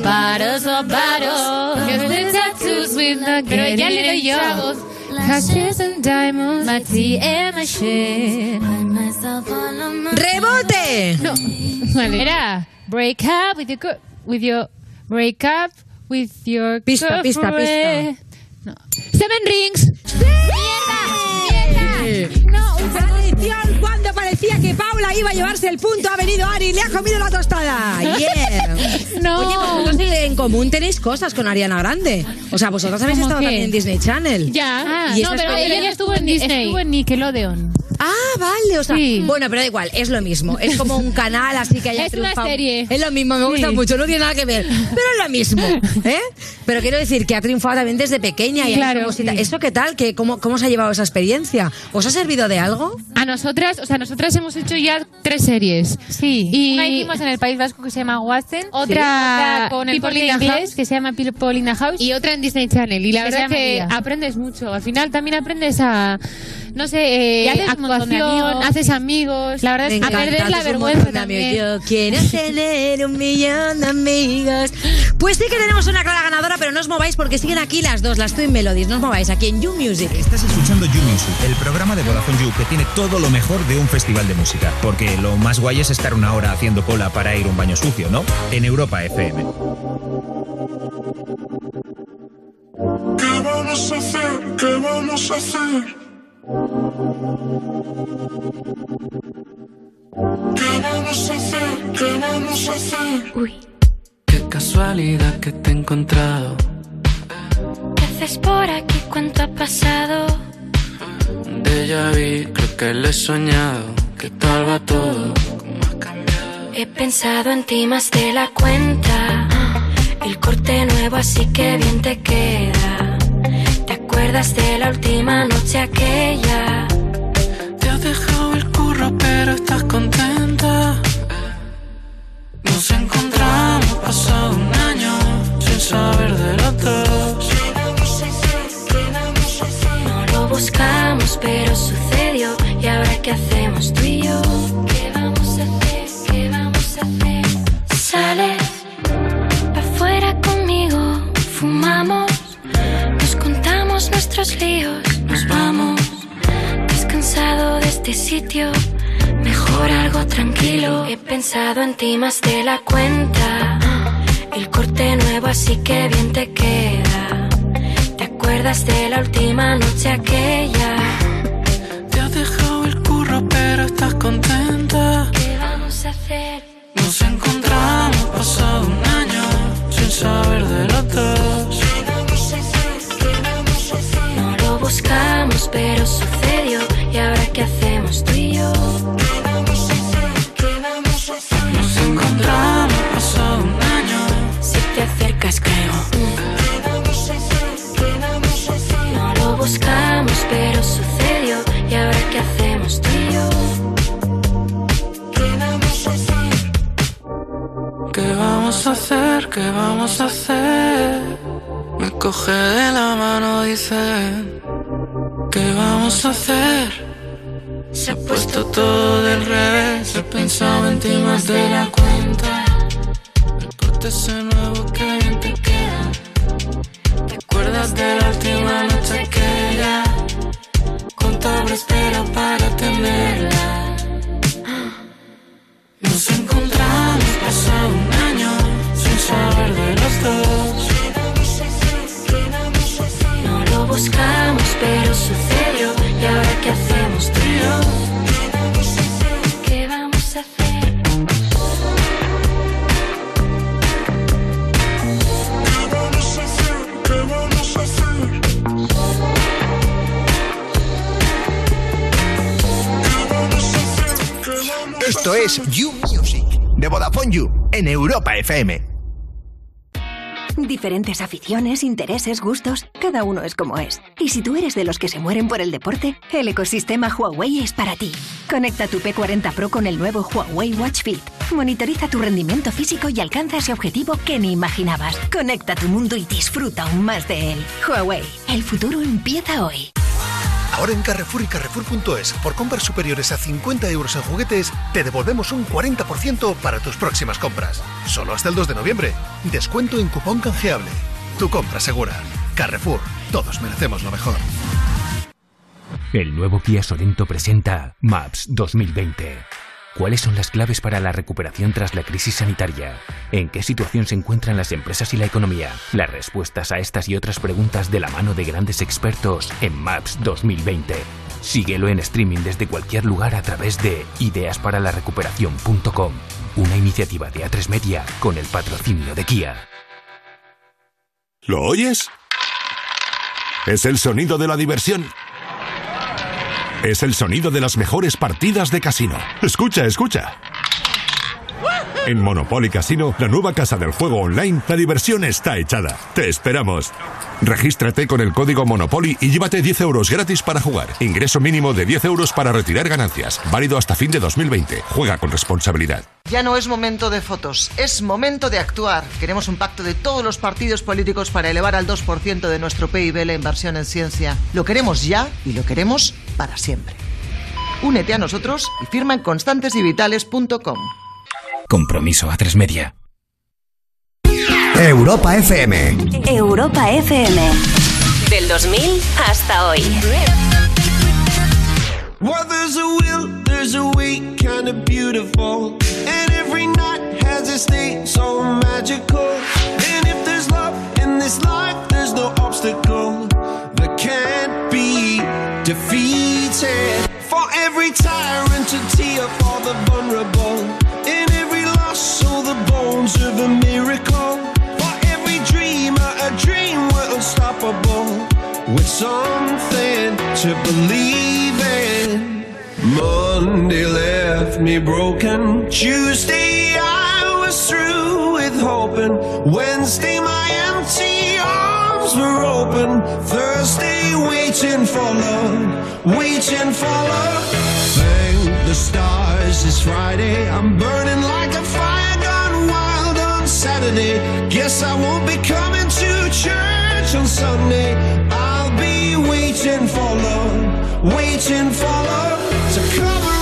Bottles of bottles.
Cause the tattoos with the
Pero ya le doy yo.
troubles. Lashes and diamonds. My tea and my shit.
¡Rebote!
No. Vale. Era break up with your girl- with your break up with your
Pista, pista, pista.
girlfriend. No. Seven rings.
No, atención, cuando parecía que Paula iba a llevarse el punto, ha venido Ari y le ha comido la tostada. Yeah.
No.
Oye, vosotros en común tenéis cosas con Ariana Grande. O sea, vosotros habéis
¿Cómo
estado
qué?
también en Disney Channel.
Ya.
Y
Ah. no,
esas
pero
películas-
ella estuvo en Disney. Estuvo en Nickelodeon.
Ah, vale, o sea,
Sí.
bueno, pero da igual, es lo mismo. Es como un canal así que haya
Es una
triunfado.
serie.
Es lo mismo, me gusta
Sí.
mucho, no tiene nada que ver, pero es lo mismo, ¿eh? Pero quiero decir que ha triunfado también desde pequeña y ha
Claro,
hecho cositas. ¿Eso qué tal? ¿Qué, cómo, ¿Cómo se ha llevado esa experiencia? ¿Os ha servido de algo?
A nosotras, o sea, nosotras hemos hecho ya tres series. Sí. Y
Una hicimos en el País Vasco que se llama Watson.
otra
con el
People
corte
in a
inglés
House.
que se llama People in a House.
y otra en Disney Channel. Y la
Que se
verdad
llama
que
María.
aprendes mucho. Al final también aprendes a, no sé,
Y
eh,
haces un montón de
actuación,
amigos.
haces amigos. Pues La verdad
Me
es que a
encanta,
perder la
haces un
vergüenza
montón de amigos.
también.
Yo quiero tener un millón de amigos. Pues sí que tenemos una clara ganadora, pero no os mováis porque siguen aquí las dos, las Twin Melodies. No os mováis aquí en You Music.
Estás escuchando You Music, el programa de Vodafone You que tiene todo lo mejor de un festival de música. Porque lo más guay es estar una hora haciendo cola para ir a un baño sucio, ¿no? En Europa FM.
¿Qué vamos a hacer? ¿Qué vamos a hacer? ¿Qué vamos a hacer? ¿Qué vamos a hacer?
Qué casualidad que te he encontrado.
¿Qué haces por aquí? ¿Cuánto ha pasado?
Deja vi, creo que le he soñado. ¿Qué tal va todo?
He pensado en ti más de la cuenta. El corte nuevo, así que bien te queda. ¿Te acuerdas de la última noche aquella?
Te has dejado el curro, pero estás contenta. Nos encontramos pasado un año sin saber de los dos.
No lo buscamos, pero sucedió. ¿Y ahora qué hacemos tú y yo? ¿Qué vamos a hacer? ¿Qué vamos a hacer? Sales afuera conmigo, fumamos, nos contamos nuestros líos, nos vamos. Descansado de este sitio, mejor algo tranquilo. He pensado en ti más de la cuenta. El corte nuevo, así que bien te queda. ¿Te acuerdas de la última noche aquella?
Te has dejado el curro, pero estás contenta.
¿Qué vamos a hacer?
Nos encontramos pasado un año sin saber de los dos.
No lo buscamos, pero sucedió. ¿Y ahora qué hacemos tú y yo? ¿Qué vamos a hacer? ¿Qué vamos a hacer?
Nos encontramos pasado un año.
Si te acercas, creo. ¿Qué vamos a hacer? ¿Qué vamos a hacer? No lo buscamos, pero sucedió. ¿Y ahora qué hacemos tú y yo? ¿Qué vamos a hacer?
¿Qué vamos a hacer? ¿Qué vamos a hacer? Me coge de la mano, dice.
¿qué vamos a hacer? Se ha puesto todo del revés, he pensado en ti más de la cuenta. El corte ese nuevo que bien te queda. ¿Te acuerdas de la última noche aquella? Contable espera para tenerla. Nos encontramos pasado un año sin saber de los dos.
No lo buscamos, pero sucedió. ¿Y ahora qué hacemos tú y yo? ¿Qué vamos a hacer?
¿Qué vamos a hacer? ¿Qué vamos a hacer? ¿Qué vamos a hacer? ¿Qué vamos a
Esto es You Music de Vodafone You en Europa FM.
Diferentes aficiones, intereses, gustos, cada uno es como es. Y si tú eres de los que se mueren por el deporte, el ecosistema Huawei es para ti. Conecta tu P40 Pro con el nuevo Huawei Watch Fit. Monitoriza tu rendimiento físico y alcanza ese objetivo que ni imaginabas. Conecta tu mundo y disfruta aún más de él. Huawei, el futuro empieza hoy.
Ahora en Carrefour y Carrefour.es, por compras superiores a 50 euros en juguetes, te devolvemos un 40% para tus próximas compras. Solo hasta el 2 de noviembre. Descuento en cupón canjeable. Tu compra segura. Carrefour. Todos merecemos lo mejor.
El nuevo Kia Sorento presenta MAPS 2020. ¿Cuáles son las claves para la recuperación tras la crisis sanitaria? ¿En qué situación se encuentran las empresas y la economía? Las respuestas a estas y otras preguntas de la mano de grandes expertos en MAPS 2020. Síguelo en streaming desde cualquier lugar a través de ideasparalarrecuperación.com, una iniciativa de A3 Media con el patrocinio de Kia.
¿Lo oyes? Es el sonido de la diversión. Es el sonido de las mejores partidas de casino. Escucha, escucha. En Monopoly Casino, la nueva casa del juego online, la diversión está echada. Te esperamos. Regístrate con el código Monopoly y llévate 10 euros gratis para jugar. Ingreso mínimo de 10 euros para retirar ganancias. Válido hasta fin de 2020. Juega con responsabilidad.
Ya no es momento de fotos, es momento de actuar. Queremos un pacto de todos los partidos políticos para elevar al 2% de nuestro PIB la inversión en ciencia. Lo queremos ya y lo queremos para siempre. Únete a nosotros y firma en constantesyvitales.com.
Compromiso A3 Media.
Europa FM.
Europa FM. Del 2000 hasta hoy.
Well, there's a will, there's a way, kind of beautiful. And every night has its day, so magical. And if there's love in this life, there's no obstacle that can't be defeated. For every tyrant to tear for the vulnerable. In every loss, so the bones of a miracle. For every dreamer, a dream were unstoppable with something to believe in. Monday left me broken. Tuesday I was through with hoping. Wednesday my empty arms were open. Thursday waiting for love, waiting for love. Thank the stars it's Friday. I'm burning like a fire gone wild on Saturday. Guess I won't be coming to church on Sunday. I'll be waiting for love, waiting for love to come around.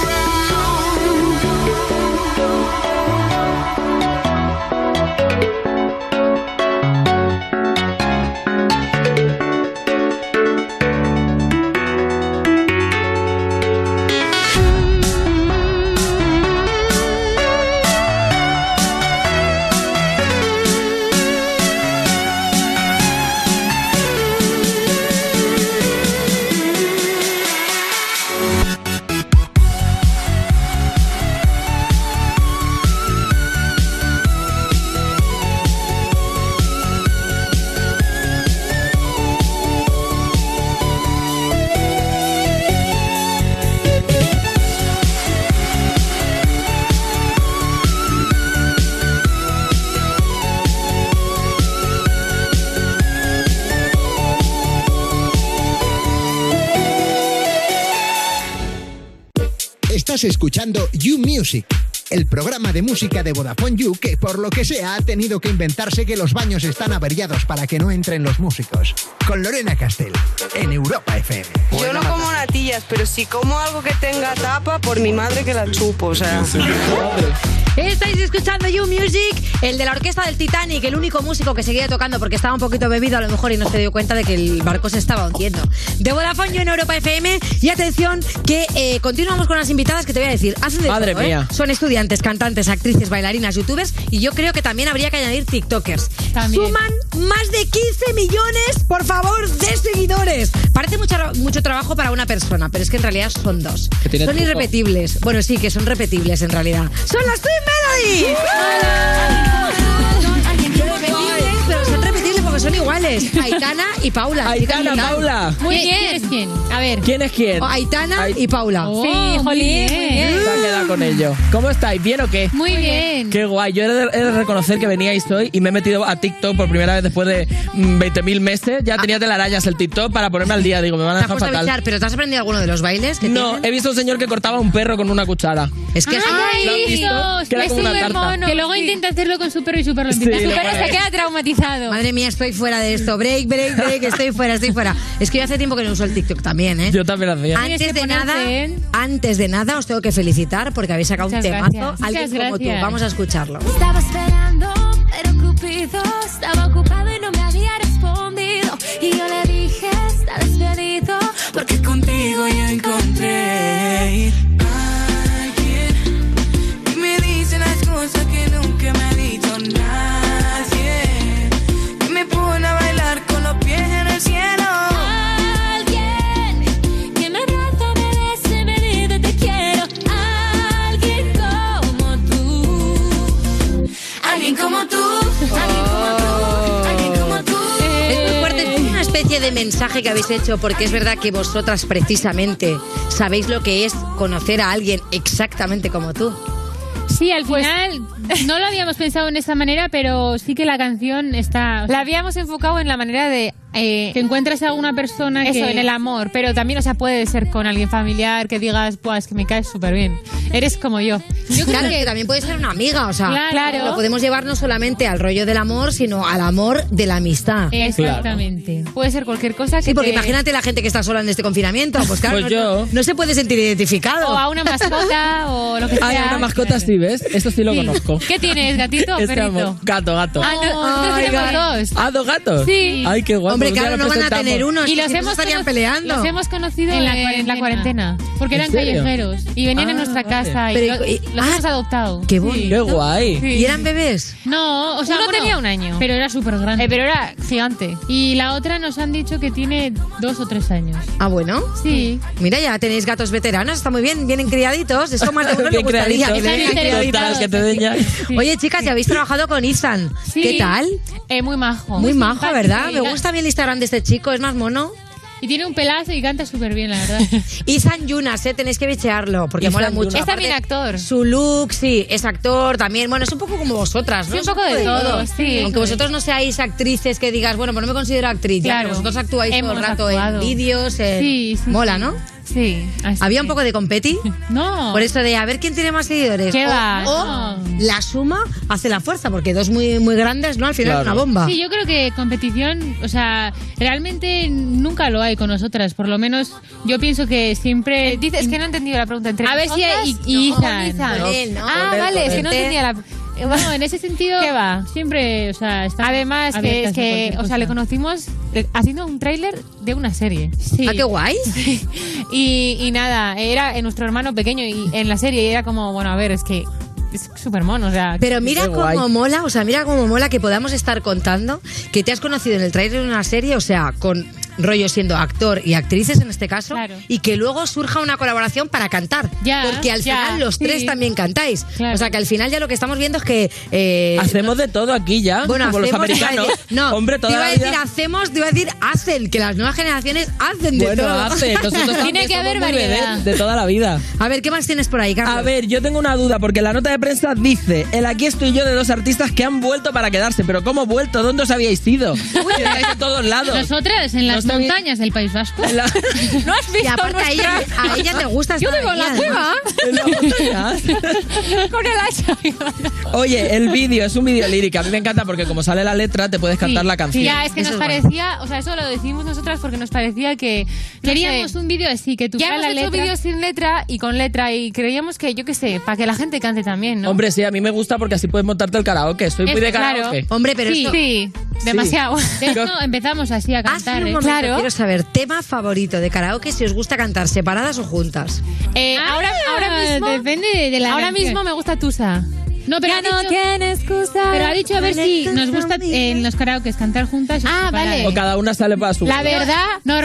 Estás escuchando You Music el programa de música de Vodafone You que por lo que sea ha tenido que inventarse que los baños están averiados para que no entren los músicos. Con Lorena Castel, en Europa FM.
Yo no como natillas, pero si como algo que tenga tapa, por mi madre que la chupo, o sea.
Estáis escuchando You Music, el de la orquesta del Titanic, el único músico que seguía tocando porque estaba un poquito bebido a lo mejor y no se dio cuenta de que el barco se estaba hundiendo. De Vodafone You en Europa FM y atención que eh, continuamos con las invitadas que te voy a decir. Hacen de
Madre
todo, ¿eh?
mía.
Son estudiantes, cantantes, actrices, bailarinas, youtubers y yo creo que también habría que añadir tiktokers. Suman más de 15 millones, por favor, de seguidores. Parece mucho, mucho trabajo para una persona, pero es que en realidad son dos.
Que tiene
Son
truco.
irrepetibles. Bueno, sí, que son repetibles en realidad. Son las Twin Melody. Repetibles, pero son repetibles porque son iguales. Aitana y Paula.
Aitana,
Chicas, ¿qué tal?
Paula. Muy
¿Quién-
bien.
quién es quién?
A ver. ¿Quién es quién?
Oh, Aitana y Paula.
Oh,
Sí,
muy
jolín,
bien.
muy bien.
Se ha quedado con ello. ¿Cómo estáis? ¿Bien o qué?
Muy bien.
Qué guay. Yo he de, he de reconocer que veníais hoy y me he metido a TikTok por primera vez después de mm, 20.000 meses. Ya tenía telarañas el TikTok para ponerme al día. Digo, me van a
Ah. Te has
dejar
puesto a
fatal.
bichar, pero ¿te has aprendido alguno de los bailes? Que
No, he visto un señor que cortaba un perro con una cuchara. Ah,
Es
que es- Ay,
¿Lo has visto?
Dios,
Que era
es
como una
súper
tarta.
mono. Que luego intenta hacerlo con su perro y su perro lo invita.
Sí,
su
lo
perro se
parece.
queda traumatizado.
Madre mía, estoy fuera de esto. Break, break, break, estoy fuera, estoy fuera. Es que yo hace tiempo que no uso el TikTok también, ¿eh?
Yo también lo hacía.
Antes de nada, antes de nada os tengo que felicitar porque habéis sacado
Muchas
un temazo.
gracias.
Alguien
Muchas
como tú,
gracias.
vamos a escucharlo.
Estaba esperando, pero Cupido estaba ocupado y no me había respondido. Y yo le dije, está despedido, porque contigo yo encontré.
alguien y me dice las cosas que nunca me ha dicho nadie. Y me pone a bailar con los pies en el cielo.
Alguien que me abraza, me besa y me dice te quiero. Alguien como tú.
Alguien como tú.
Es muy fuerte, es una especie de mensaje que habéis hecho porque es verdad que vosotras precisamente sabéis lo que es conocer a alguien exactamente como tú.
Sí, al final no lo habíamos pensado en esa manera, pero sí que la canción está. la habíamos enfocado en la manera de que encuentres a una persona eso,
que-
en el amor, pero también, o sea, puede ser con alguien familiar que digas, pues es que me caes súper bien. Eres como yo. Yo
Claro, que también puede ser una amiga, o sea,
Claro.
lo podemos llevar no solamente al rollo del amor, sino al amor de la amistad.
Exactamente. Puede ser cualquier cosa que.
Sí, porque
te-
imagínate la gente que está sola en este confinamiento. Pues claro,
Pues
no,
yo.
no se puede sentir identificado.
O a una mascota o lo que sea.
Hay una mascota, sí, ¿ves? Esto sí lo
Sí.
conozco.
¿Qué tienes, gatito o
Este
perrito?
amo. Gato, gato.
Ah, no, nosotros
Ay,
tenemos
gato.
dos.
Ah, dos gatos.
Sí.
Ay, qué guapo.
Hombre,
Un día
claro,
lo
no van a
presentamos.
tener uno.
Y los
si no
hemos
estarían
cono-
peleando.
Los hemos conocido en la cuarentena, porque
¿En
eran
serio?
callejeros y venían a
Ah,
nuestra
vale.
casa y,
Pero,
lo-
y-
los hemos adoptado.
Qué
Sí.
bonito. Qué guay.
Sí.
¿Y eran
ah, bebés?
No, o sea,
Uno tenía
un año, pero era súper grande. Eh, pero era gigante. Y la otra nos han dicho que tiene dos o tres años.
Ah, bueno.
Sí.
Mira, ya tenéis gatos veteranos, está muy bien, vienen criaditos.
pues
Eso más de uno le
Bien
gustaría.
criaditos,
que le
bien
den
criaditos, que te den ya.
Oye, chicas, ya habéis trabajado con Izan.
Sí.
¿Qué tal?
Eh, muy majo.
Muy majo, ¿verdad? Me
Sí.
gusta bien el Instagram de este chico, es más mono.
Y tiene un pelazo y canta súper bien, la verdad.
Izan Yunas, ¿eh? tenéis que bichearlo, porque
Izan
mola mucho.
Yunas. Es también
actor. Su look, sí, es actor también. Bueno, es un poco como vosotras, ¿no?
Sí,
Es
un poco de todo, sí.
Aunque vosotros no seáis actrices que digas, bueno, pues no me considero actriz. ya,
Claro.
pero vosotros actuáis todo el
Hemos
rato
actuado.
en vídeos, en...
Sí, sí,
Mola,
sí.
¿no?
Sí.
¿Había un poco de competi?
No.
Por eso de Oh, a ver quién tiene más seguidores.
¿Qué
o
va?
o
No.
la suma hace la fuerza, porque dos muy, muy grandes, ¿no? Al final es una bomba.
Sí, yo creo que competición, o sea, realmente nunca lo hay con nosotras. Por lo menos yo pienso que siempre. Dices que no he entendido la pregunta entre A ver si hay y, y Izan.
Con él, ¿no?
Ah,
Con él,
vale,
con
es que
él.
no entendía la. No, en ese sentido. ¿Qué va? Siempre, o sea, está. Además,
que-
que,
es que, o sea,
le conocimos eh, haciendo un tráiler de una serie. Sí.
Ah, qué guay.
Y, y nada, era eh, nuestro hermano pequeño y en la serie y era como, bueno, a ver, es que es súper mono, o sea.
Pero mira cómo mola, o sea, mira cómo mola que podamos estar contando que te has conocido en el trailer de una serie, o sea, con rollo siendo actor y actrices en este caso, y que luego surja una colaboración para cantar.
Ya,
porque al
ya,
final los
sí.
tres también cantáis. O sea, que al final ya lo que estamos viendo es que... eh,
Hacemos de todo aquí ya,
bueno,
como
hacemos,
los americanos.
No,
Hombre, toda
te iba a
la
decir
vida-
hacemos, te iba a decir hacen, que las nuevas generaciones hacen de
Bueno,
todo.
hace. Nosotros también somos muy vedettes de toda la vida.
A ver, ¿qué más tienes por ahí, Carlos?
A ver, yo tengo una duda porque la nota de prensa dice el aquí estoy yo de dos artistas que han vuelto para quedarse, pero ¿cómo vuelto? ¿Dónde os habíais ido? Estáis en todos lados.
Nosotras en la las montañas del País Vasco. ¿No has
Y aparte a ella, a ella te gusta
Yo
esta
digo, la
avenida,
cueva.
además.
Con el hacha.
Oye, el vídeo es un vídeo lírico. A mí me encanta porque como sale la letra, te puedes cantar la canción.
Ya, es que nos parecía, o sea, eso lo decimos nosotras porque nos parecía que
Queríamos
un vídeo así, que
tuviera
ya hemos
la
hecho
letra.
vídeos sin letra y con letra y creíamos que, yo qué sé, para que la gente cante también, ¿no?
Hombre, sí, a mí me gusta porque así puedes montarte el karaoke. Estoy muy
Es-
de
claro.
karaoke.
sí, sí, demasiado. De hecho, empezamos así a
Hazme
cantar.
Ah, un
¿eh?
momento, Quiero saber, tema favorito de karaoke, si os gusta cantar separadas o juntas.
Eh, ahora, ahora mismo. Depende de
la
Ahora
canción.
mismo me gusta Tusa. No,
pero
ya
ha
no
dicho-
tiene excusa.
pero ha dicho a ver si nos gusta, eh,
en los karaokes cantar juntas. Ah, vale.
O cada una sale para su.
normal.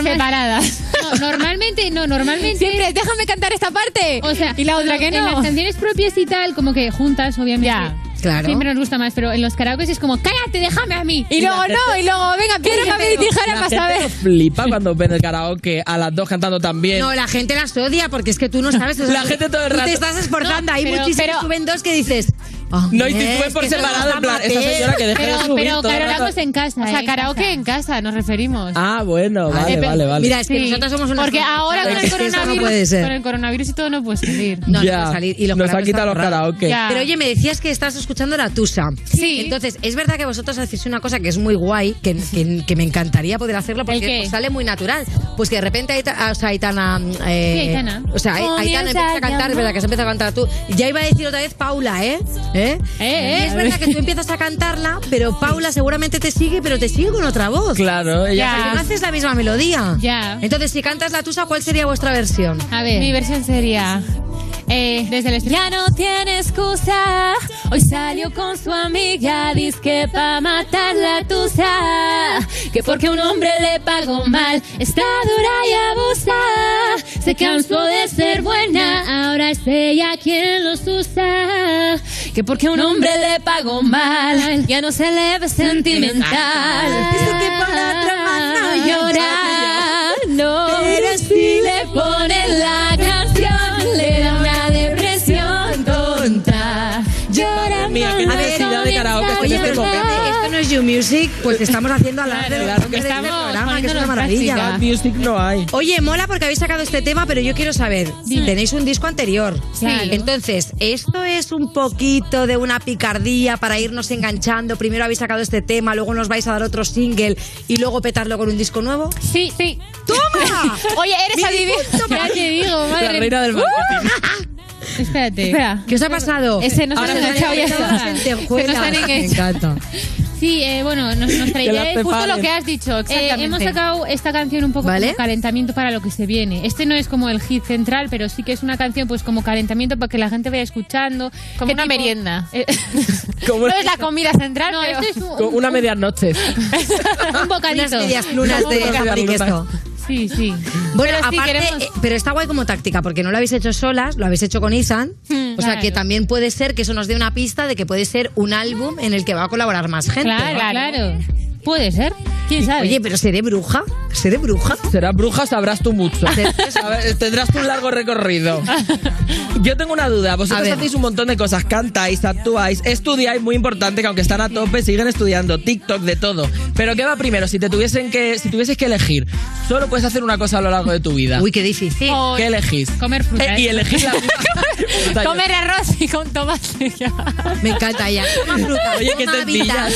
separadas. normalmente, no, normalmente. Siempre, déjame cantar esta parte. O sea,
Y la otra que
en
no.
las canciones propias y tal, como que juntas, obviamente.
claro.
Siempre nos gusta más, pero en los karaokes es como, cállate, déjame a mí.
Y Y luego la no, gente- y luego, venga, piedra,
Déjame
papel y tijera
La
para
gente
saber.
lo flipa cuando ven el karaoke a las dos cantando también.
No, la gente las odia porque es que tú no sabes. o sea,
La gente todo el
tú
rato-
te estás esforzando.
No,
Hay
pero-
muchísimos
pero-
suben dos que dices. "Oh,
No, y tú
es
subes por
que son
separado,
los
en plan, esa
amateurs".
señora que deje de
Pero,
subir
pero
todo el rato.
karaokeamos en casa. ¿eh? O
¿eh?
sea, karaoke en casa, nos referimos.
Ah, bueno,
Eh,
vale,
pero-
vale, vale.
Sí. Porque ahora con el, coronavirus, con el coronavirus y todo no puede salir.
No, no Ya. puede salir. Y los
Nos ha
karaokes
quitado los
están borrados.
karaoke.
Ya.
Pero oye, me decías que estás escuchando la Tusa. Sí. Entonces, es verdad que vosotros hacéis una cosa que es muy guay, que, que- que me encantaría poder hacerlo porque os sale muy natural. Pues que de repente Aita- o sea, Aitana. eh,
Sí, Aitana.
O sea, Ai- Aitana empieza a cantar, es verdad que se empieza a cantar tú. Ya iba a decir otra vez Paula, ¿eh? ¿Eh?
eh.
Y es verdad que tú empiezas a cantarla, pero Paula seguramente te sigue, pero te sigue con otra voz.
Claro, ella- Ya.
Porque no haces la misma melodía. Ya. Entonces, si cantas la Tusa, ¿cuál sería vuestra versión?
A ver. Mi versión sería. Eh, desde el estrés.
Ya no tiene excusa. Hoy salió con su amiga. Dice que pa' matar la tusa. Que porque un hombre le pagó mal. Está dura y abusa. Se cansó de ser buena. Ahora es ella quien los usa. Que porque un hombre le pagó mal. Ya no se le ve sentimental. Dice que por la otra mano llorar. No. Pero si le ponen la canción, le da una depresión tonta. Llora
Mía, qué
más,
necesidad de karaoke
Oye,
en este
pero
momento.
espérate, esto no es You Music, pues estamos haciendo alarde de los
que
nombres de este
estamos
programa, que es una
poniéndonos
maravilla.
Bad music no hay.
Oye, mola porque habéis sacado este tema, pero yo quiero saber, tenéis un disco anterior.
Sí.
Entonces, ¿esto es un poquito de una picardía para irnos enganchando? Primero habéis sacado este tema, luego nos vais a dar otro single y luego petarlo con un disco nuevo.
Sí, sí.
¡Toma!
Oye, eres
Mi
adivina.
disgusto para
Ya
ti.
te digo, madre.
La reina del
Uh.
marketing.
Espérate.
Espera. ¿Qué os ha pasado?
Ese nos
Ahora
han
se han
enganchado ya.
enganchado las
Se
lentejuelas.
nos han
Me
enganchado.
encanta.
Sí, eh, bueno, nos, nos traeré
Que la hace
justo
Fabio.
lo que has dicho. Eh,
Exactamente.
hemos sacado esta canción un poco
¿Vale?
como calentamiento para lo que se viene. Este no es como el hit central, pero sí que es una canción pues como calentamiento para que la gente vaya escuchando. Como una merienda.
Como-
no es la comida central, no, esto es
Con
un,
una medianoche.
un bocadillo.
Unas medias lunas de
Unas medias
jamón y
lunas.
queso.
Sí, sí.
Bueno,
Pero sí
aparte,
queremos-
eh, pero está guay como táctica, porque no lo habéis hecho solas, lo habéis hecho con Izan.
Hmm,
o sea
claro.
que también puede ser que eso nos dé una pista de que puede ser un álbum en el que va a colaborar más gente.
Claro, claro. Puede ser. ¿Quién sabe?
Oye, pero seré bruja. ¿Seré bruja?
Serás bruja, sabrás tú mucho. Pues, A ver, Tendrás tú un largo recorrido. Yo tengo una duda.
A
Vosotros
ver.
hacéis un montón de cosas. Cantáis, actuáis, estudiáis, muy importante, que aunque están a tope, siguen estudiando. TikTok, de todo. Pero ¿qué va primero? Si te tuviesen que, si tuvieses que elegir, solo puedes hacer una cosa a lo largo de tu vida.
Uy, qué difícil.
¿Qué elegís?
Comer fruta.
Eh, y elegís la fruta.
Comer arroz y con tomate. ya.
Me encanta ya. Toma fruta,
Oye, qué
toma
sencilla.
vitamina.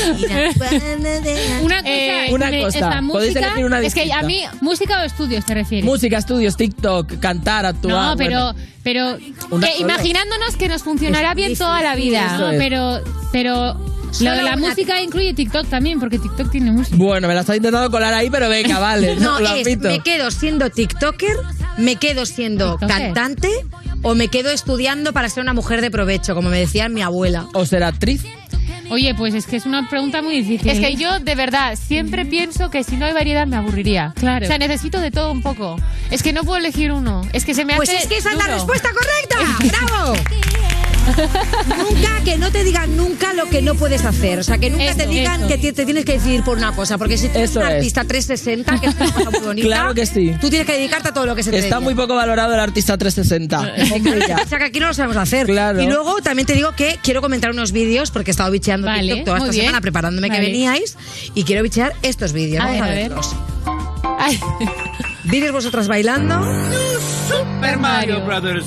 Una cosa,
Eh, una
me-
cosa.
Eh, esta
Podéis
música-
elegir una
Es que
distinta.
a mí, música o estudios te refieres.
Música, estudios, TikTok, cantar, actuar.
no, pero,
bueno.
pero
Una
que
sola.
imaginándonos que nos funcionará bien toda la vida.
Eso es.
pero, pero lo de la música incluye TikTok también, porque TikTok tiene música.
Bueno, me la estás intentando colar ahí, pero venga, vale.
No,
lo
es,
admito.
me quedo siendo TikToker, me quedo siendo cantante o me quedo estudiando para ser una mujer de provecho, como me decía mi abuela.
O ser actriz.
Oye, pues es que es una pregunta muy difícil. Es que yo, de verdad, siempre pienso que si no hay variedad me aburriría. Claro. O sea, necesito de todo un poco. Es que no puedo elegir uno. Es que se me
Pues
hace
es que esa es la
duro.
respuesta correcta. ¡Bravo! nunca que no te digan nunca lo que no puedes hacer. O sea, que nunca te digan que ti- te tienes que decidir por una cosa. Porque si tú eres
Eso
una
es.
artista 360, que es una cosa muy bonita,
Claro que sí.
tú tienes que dedicarte a todo lo que se te
Está
dé.
muy poco valorado el artista 360. Hombre, ya.
O sea, que aquí no lo sabemos hacer.
Claro.
Y luego también te digo que quiero comentar unos vídeos porque he estado bicheando
Vale,
TikTok toda
muy
esta
bien.
semana preparándome
Vale.
que veníais y quiero bichear estos vídeos.
A
Vamos
ver,
a
a ver.
verlos.
A
Vides vosotras bailando.
Super Mario Brothers.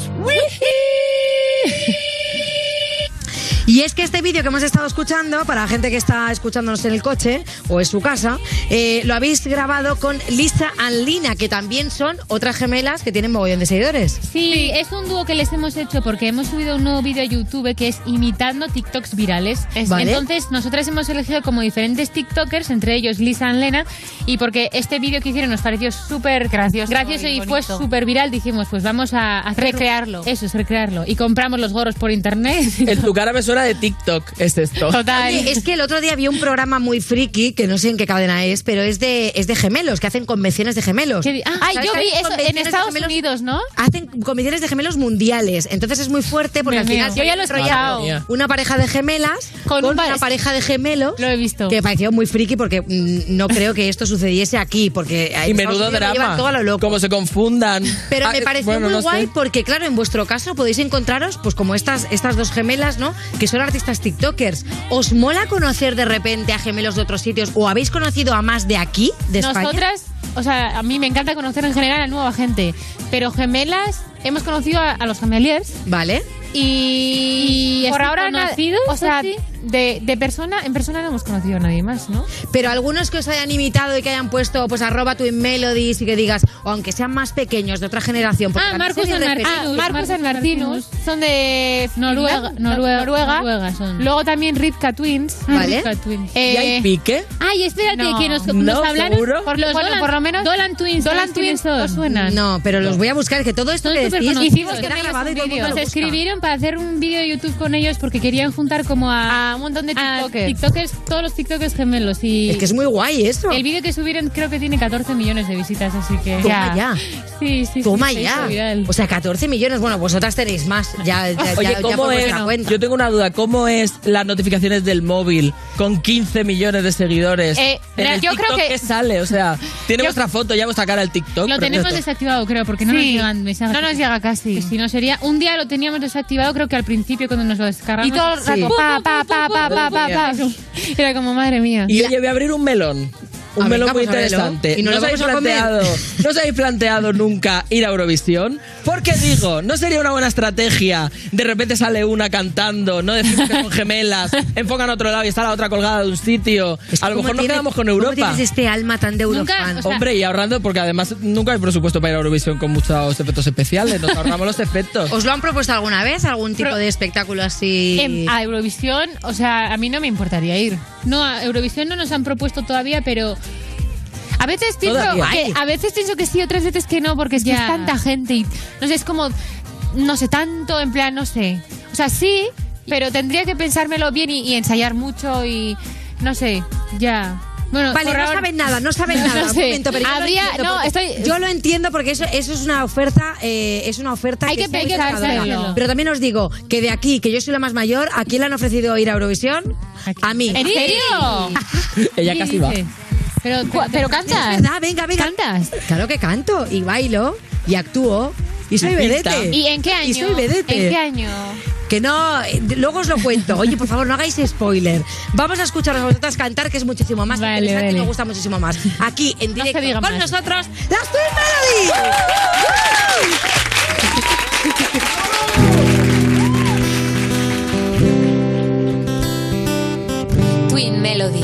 Y es que este vídeo que hemos estado escuchando, para la gente que está escuchándonos en el coche o en su casa, eh, lo habéis grabado con Lisa and Lina, que también son otras gemelas que tienen mogollón de seguidores.
Sí, es un dúo que les hemos hecho porque hemos subido un nuevo vídeo a YouTube que es imitando TikToks virales. Es-
Vale.
Entonces, nosotras hemos elegido como diferentes TikTokers, entre ellos Lisa and Lena, y porque este vídeo que hicieron nos pareció súper gracioso, gracioso y, fue súper viral, dijimos, pues vamos a, hacer-
Recrearlo.
Eso es recrearlo. Y compramos los gorros por internet.
En tu cara me suena de TikTok, es esto.
Oye, es que el otro día vi un programa muy friki, que no sé en qué cadena es, pero es de, es de gemelos, que hacen convenciones de gemelos.
Ah,
¿Sabes
yo
que
vi
hacen
eso en
convenciones de
Estados
gemelos?
Unidos, ¿no?
Hacen convenciones de gemelos mundiales. Entonces es muy fuerte porque
Me
al final
meo.
se
Yo ya
han
lo he
enrollado
escuchado.
una pareja de gemelas con,
un pa-
una pareja de gemelos. Lo he visto. Que pareció muy friki porque mm, no creo que esto sucediese aquí. Porque en
Y
Estados
menudo
Unidos lo llevan
drama.
todo a lo loco.
Como se confundan.
Pero
Ah,
me pareció
bueno,
muy
no sé.
guay porque, claro, en vuestro caso podéis encontraros, pues como estas, estas dos gemelas, ¿no? Que son artistas TikTokers. ¿Os mola conocer de repente a gemelos de otros sitios o habéis conocido a más de aquí, de España?
Nosotras, o sea, a mí me encanta conocer en general a nueva gente, pero gemelas, hemos conocido a, a los gemeliers.
Vale.
Y,
¿Y
por
así
ahora, na-
conocidos,
o sea,
así?
de, de persona, en persona no hemos conocido a nadie más, ¿no?
Pero algunos que os hayan imitado y que hayan puesto, pues arroba Twin Melodies y que digas, o aunque sean más pequeños, de otra generación. porque
Ah,
también
Marcus
sois
and
repetidos.
Martinus. Marcus and Martinus. Son de
Noruega-
Finland,
Noruega-
Noruega.
Noruega son.
Luego también Rivka Twins.
Vale.
Rivka Twins.
¿Y
Eh,
hay
pique?
Ay, espérate,
No.
que nos,
No,
nos hablaron.
seguro.
Por, los
Bueno,
Dolan,
por lo menos-
Dolan Twins.
Dolan
¿sabes quiénes
Twins,
son?
¿os suenan?
No, pero los voy a buscar, que todo esto que
Son
decís
superconocidos.
hicimos
Hicimos
queda
con
grabado y
ellos
todo el
un vídeo.
mundo lo
Nos
busca.
escribieron para hacer un vídeo de YouTube con ellos porque querían juntar como a, un montón de TikTokers. TikTokers, todos los TikTokers gemelos. Y
Es que es muy guay esto.
El vídeo que subieron creo que tiene 14 millones de visitas, así que.
Toma ya.
Sí, sí.
Toma
sí, se
ya.
hizo viral. Ah,
O sea, 14 millones. Bueno, vosotras tenéis más. Ya, ya,
Oye,
ya- ya
¿cómo
por
es?
vuestra cuenta.
Yo tengo una duda. ¿Cómo es las notificaciones del móvil con 15 millones de seguidores?
Eh,
En
mira,
el
yo
TikTok,
creo que-
¿qué sale? O sea, tiene vuestra foto, ya vuestra cara el TikTok.
Lo
pero
tenemos
esto-
desactivado, creo, porque no
Sí.
nos llegan mensajes. No nos llega casi. si no sería. Un día lo teníamos desactivado, creo que al principio cuando nos lo descargamos.
Y todo el rato, pa, pa, pa, pa, pa, pa, pa.
Era como, madre mía.
Y oye, voy a abrir un melón. Un
Ah,
melón
venga,
muy
pues ábrelo.
interesante.
Y nos lo
os habéis
vamos a comer.
planteado, ¿No os habéis planteado nunca ir a Eurovisión? Porque digo, ¿no sería una buena estrategia? De repente sale una cantando, no decimos que son gemelas, enfocan a otro lado y está la otra colgada de un sitio. A lo
¿Cómo
mejor nos
tiene-
quedamos con
¿Cómo
Europa.
tienes este alma tan de eurofan?
Hombre, y ahorrando, porque además nunca hay presupuesto para ir a Eurovisión con muchos efectos especiales. Nos ahorramos los efectos.
¿Os lo han propuesto alguna vez? ¿Algún tipo de espectáculo así?
Em, a Eurovisión, o sea, a mí no me importaría ir. No, a Eurovisión no nos han propuesto todavía, pero a veces pienso
Todavía.
que, a veces pienso que sí, otras veces que no, porque es que
Ya.
es tanta gente y no sé, es como no sé tanto en plan, no sé. O sea, sí, pero tendría que pensármelo bien y, y ensayar mucho y no sé, ya. Bueno,
Vale,
por
no
ahora-
saben nada, no saben nada.
No
Un
sé.
momento, pero yo lo
Habría-
entiendo
no,
porque-
estoy-
yo lo entiendo porque eso, eso es una oferta, eh, es una oferta
Hay que
es muy
pensarlo.
tentadora.
Pensarlo.
Pero también os digo que de aquí, que yo soy la más mayor, ¿a quién le han ofrecido ir a Eurovisión? A mí.
¿En serio?
Ella casi va.
Pero,
pero
cantas.
Es verdad, venga, venga.
¿Cantas?
Claro que canto y bailo y actúo y soy
Y
vedete.
pinta. ¿Y en qué año?
Y soy vedete.
¿En qué año?
Que no, eh, luego os lo cuento. Oye, por favor, no hagáis spoiler. Vamos a escucharos a vosotras cantar, que es muchísimo más interesante y
vale.
me gusta muchísimo más. Aquí, en directo,
diga
con
más.
nosotros, las Twin Melodies.
Twin Melody.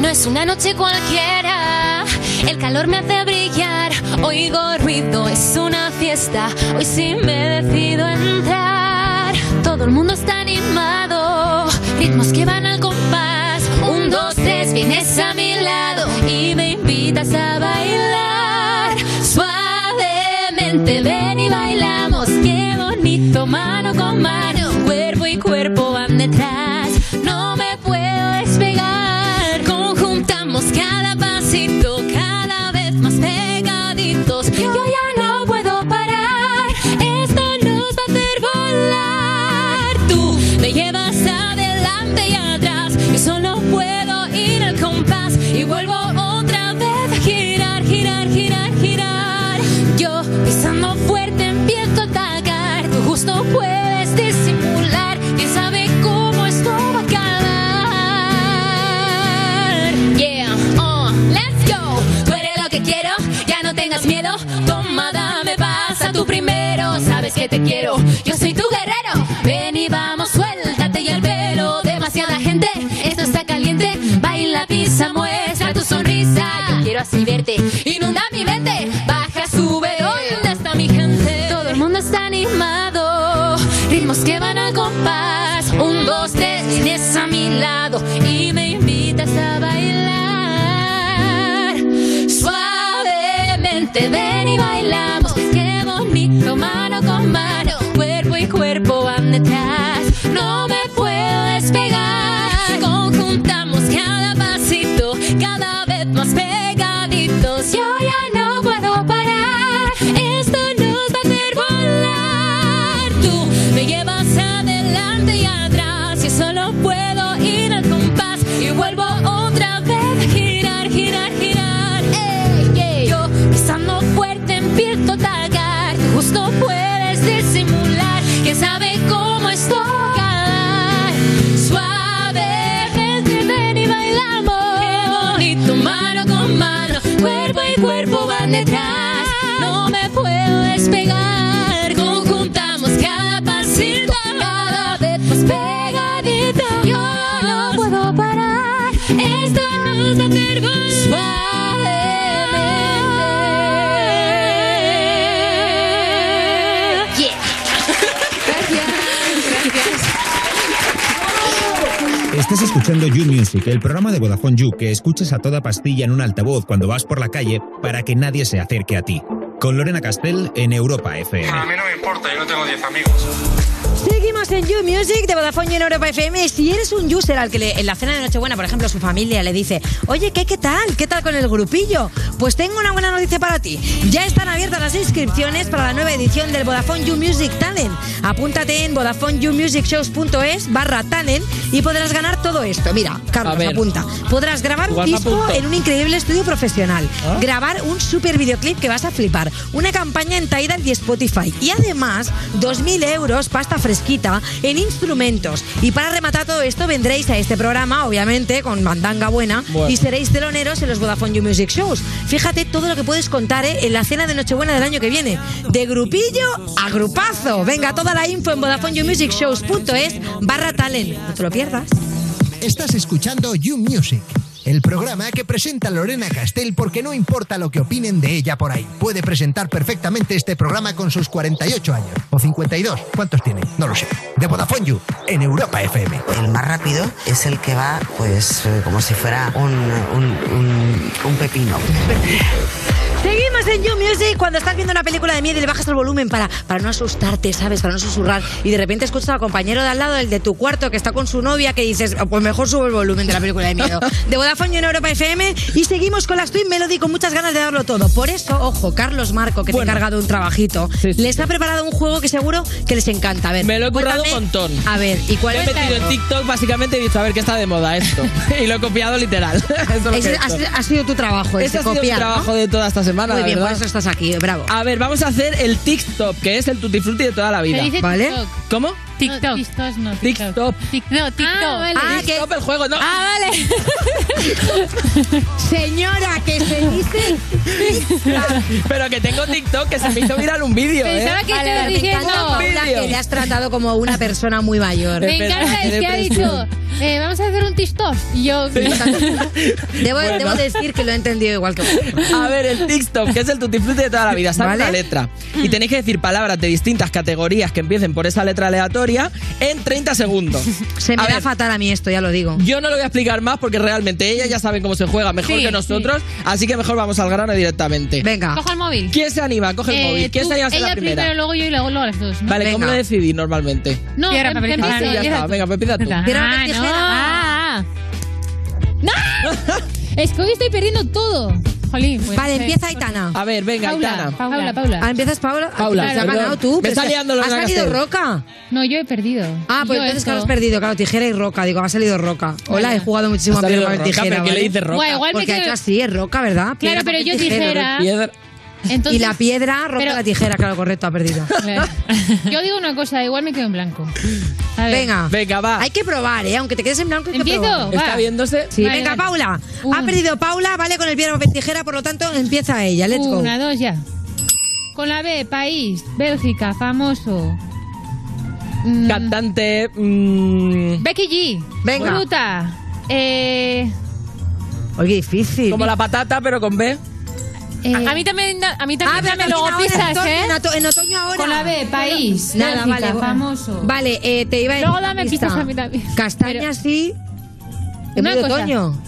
No es una noche cualquiera, el calor me hace brillar, oigo ruido, es una fiesta, hoy sí me decido entrar. Todo el mundo está animado, ritmos que van al compás, un, dos, tres, vienes a mi lado y me invitas a bailar. Suavemente ven y bailamos, qué bonito, mano con mano, cuerpo y cuerpo van detrás, no me puedo despegar. Conjuntamos cada pasito, cada vez más pegaditos. Yo ya no puedo parar, esto nos va a hacer volar. Tú me llevas adelante y atrás, yo solo puedo ir al compás y vuelvo otra vez a girar, girar, girar, girar. Yo pisando fuerte empiezo a atacar, tú justo puedes disimular, quién sabe cómo esto va a acabar. Yeah. uh, ritmos que van al compás. Un, dos, tres, vienes a mi lado y me invitas a bailar. Suavemente ven y bailamos. Qué bonito, mano con mano, cuerpo y cuerpo van detrás. No me puedo despegar. Conjuntamos cada pasito, cada vez más pegaditos. Yo ya no puedo parar. Esto nos va a hacer volar. Tú me llevas adelante y atrás. Yo solo puedo ir al compás y vuelvo otra vez a girar, girar, girar. Ey, ey. Yo pisando fuerte empiezo a atacar. Justo puedes disimular. ¿Quién sabe cómo es tocar? Suavemente ven y bailamos. Qué bonito, mano con mano, cuerpo y cuerpo van detrás. No me puedo despegar. Conjuntamos cada pasito, cada vez más pegadito. Yo no puedo parar. Esto nos va a hacer volar.
Estás escuchando You Music, el programa de Vodafone You que escuchas a toda pastilla en un altavoz cuando vas por la calle para que nadie se acerque a ti. Con Lorena Castell en Europa
A
FM.
mí no me importa, yo no tengo 10 amigos.
Seguimos en You Music de Vodafone You en Europa FM. Si eres un user al que le- en la cena de Nochebuena, por ejemplo, su familia le dice, oye, ¿qué, qué tal? ¿Qué tal con el grupillo? Pues tengo una buena noticia para ti. Ya están abiertas las inscripciones para la nueva edición del Vodafone You Music Talent. Apúntate en vodafoneyoumusicshows.es barra talent y podrás ganar todo esto. Mira,
A
Carlos,
ver.
apunta. Podrás grabar un
Guapa
disco
punto.
en un increíble estudio profesional, grabar un super videoclip que vas a flipar, una campaña en Tidal y Spotify y además 2.000 euros pasta fresquita en instrumentos. Y para rematar todo esto vendréis a este programa, obviamente, con mandanga buena
Bueno.
y seréis teloneros en los Vodafone You Music Shows. Fíjate todo lo que puedes contar ¿eh? en la cena de Nochebuena del año que viene. De grupillo a grupazo. Venga, toda la info en vodafoneyoumusicshows.es barra talent. No te lo pierdas.
Estás escuchando You Music, el programa que presenta Lorena Castell porque no importa lo que opinen de ella por ahí. Puede presentar perfectamente este programa con sus 48 años o 52. ¿Cuántos tiene? No lo sé. De Vodafone You en Europa FM.
El más rápido es el que va, pues, eh, como si fuera un, un- un- un pepino.
Seguimos en You Music. Cuando estás viendo una película de miedo y le bajas el volumen para, para no asustarte, ¿sabes? Para no susurrar. Y de repente escuchas al compañero de al lado, el de tu cuarto, que está con su novia, que dices, "Ah, pues mejor subo el volumen de la película de miedo. De Vodafone You en Europa FM. Y seguimos con las Twin Melody con muchas ganas de darlo todo. Por eso, ojo, Carlos Marco, que te ha cargado un trabajito, les ha preparado un juego que seguro que les encanta. A ver,
Me lo he currado un
cuéntame.
montón.
A ver, ¿y cuál
Me he
es?
metido en TikTok, básicamente he dicho, a ver qué está de moda esto. y lo he copiado literal. Eso es lo que he
Ese
hecho.
ha, ha sido tu trabajo,
Ese
ese
ha sido mi
copiar, ¿no?
trabajo de toda esta semana.
Muy
la
bien, por
verdad.
eso estás aquí, bravo.
A ver, vamos a hacer el TikTok, que es el tutti frutti de toda la vida.
Se dice
¿Vale?
TikTok.
¿Cómo?
TikTok. TikTok no, TikTok. No, TikTok.
Ah, vale. Ah, que-
TikTok, el juego, no.
Ah, vale. Señora, que se dice
Pero que tengo TikTok, que se me hizo viral un vídeo, ¿eh?
Pensaba que-
Vale, vale,
estabas
me
diciendo?
encanta, Paula,
Vídeo.
que le has tratado como una persona muy mayor.
Me encanta el que ha dicho, eh, vamos a hacer un TikTok. Y yo,
Debo,
Bueno.
debo decir que lo he entendido igual que vosotros.
A ver, el TikTok, que es el tutti frutti de toda la vida. Sale
¿Vale? Mm.
una letra. Y tenéis que decir palabras de distintas categorías que empiecen por esa letra aleatoria en 30 segundos.
Se me
A
da
ver,
fatal a mí esto, ya lo digo.
Yo no lo voy a explicar más porque realmente ellas ya saben cómo se juega mejor
Sí,
que nosotros, así que mejor vamos al grano directamente.
Venga.
cojo el móvil.
¿Quién se anima? Coge el
Eh,
móvil. ¿Quién
tú,
se anima a ser
ella
la primera?
primero, luego yo y luego, luego las dos. ¿no?
Vale, ¿cómo lo decidís normalmente?
No, Piedra, em- papel, empiezo,
Ah, sí, ya
empieza
está.
tú.
Venga, pues empieza tú.
Ah, no. Ah, ah. ¡No! Es que hoy estoy perdiendo todo. Jolín. pues,
Vale,
eh,
empieza Aitana.
A ver, venga,
Paula,
Aitana.
Paula, Paula.
Ah, empiezas Paula. Ah,
Paula,
te has
perdón.
ganado tú.
Me
pero
está
es que
liando lo
Has
que hagas
salido
tú.
roca.
No, yo he perdido.
Ah, pues
Yo
entonces
esto.
claro has perdido, claro, tijera y roca. Digo, ha salido roca. Hola, he jugado muchísimo
Ha
a
salido
piedra, papel,
roca,
tijera.
pero ¿qué le
¿vale?
dices roca?
Guau, igual me
Porque
quedo-
ha hecho así, es roca, ¿verdad? Piedra,
pero
papel,
yo tijera.
Piedra.
Entonces-
Y la piedra, roca,
Pero-
la tijera, claro, correcto, ha perdido.
Claro. Yo digo una cosa, igual me quedo en blanco. A ver.
Venga.
Venga, va.
Hay que probar, ¿eh? Aunque te quedes en blanco, hay que
¿Empiezo?
probar.
¿Está Va. viéndose?
Sí,
Vale,
venga,
vale.
Paula. Ha
Uno.
perdido Paula, vale, con el piedra, papel, tijera, por lo tanto, empieza ella. Let's go.
Una, dos, ya. Con la B, país, Bélgica, famoso.
Cantante. mm,
Becky G.
Venga.
Fruta. Eh,
Oye, difícil.
como la patata, pero con B.
a mí también, da- a mí
Eh, Ah,
también
pero
dame
en
luego
otoño ahora,
pistas,
en
¿eh?
oto- en oto- en otoño ahora.
Con la B, país,
Nada,
Bélgica,
vale. bueno.
famoso.
Vale, eh, te iba a
Luego
decir
dame
una
pistas
pista.
a mí también.
Castañas sí. Es
Una
muy de
cosa. Ah,
otoño.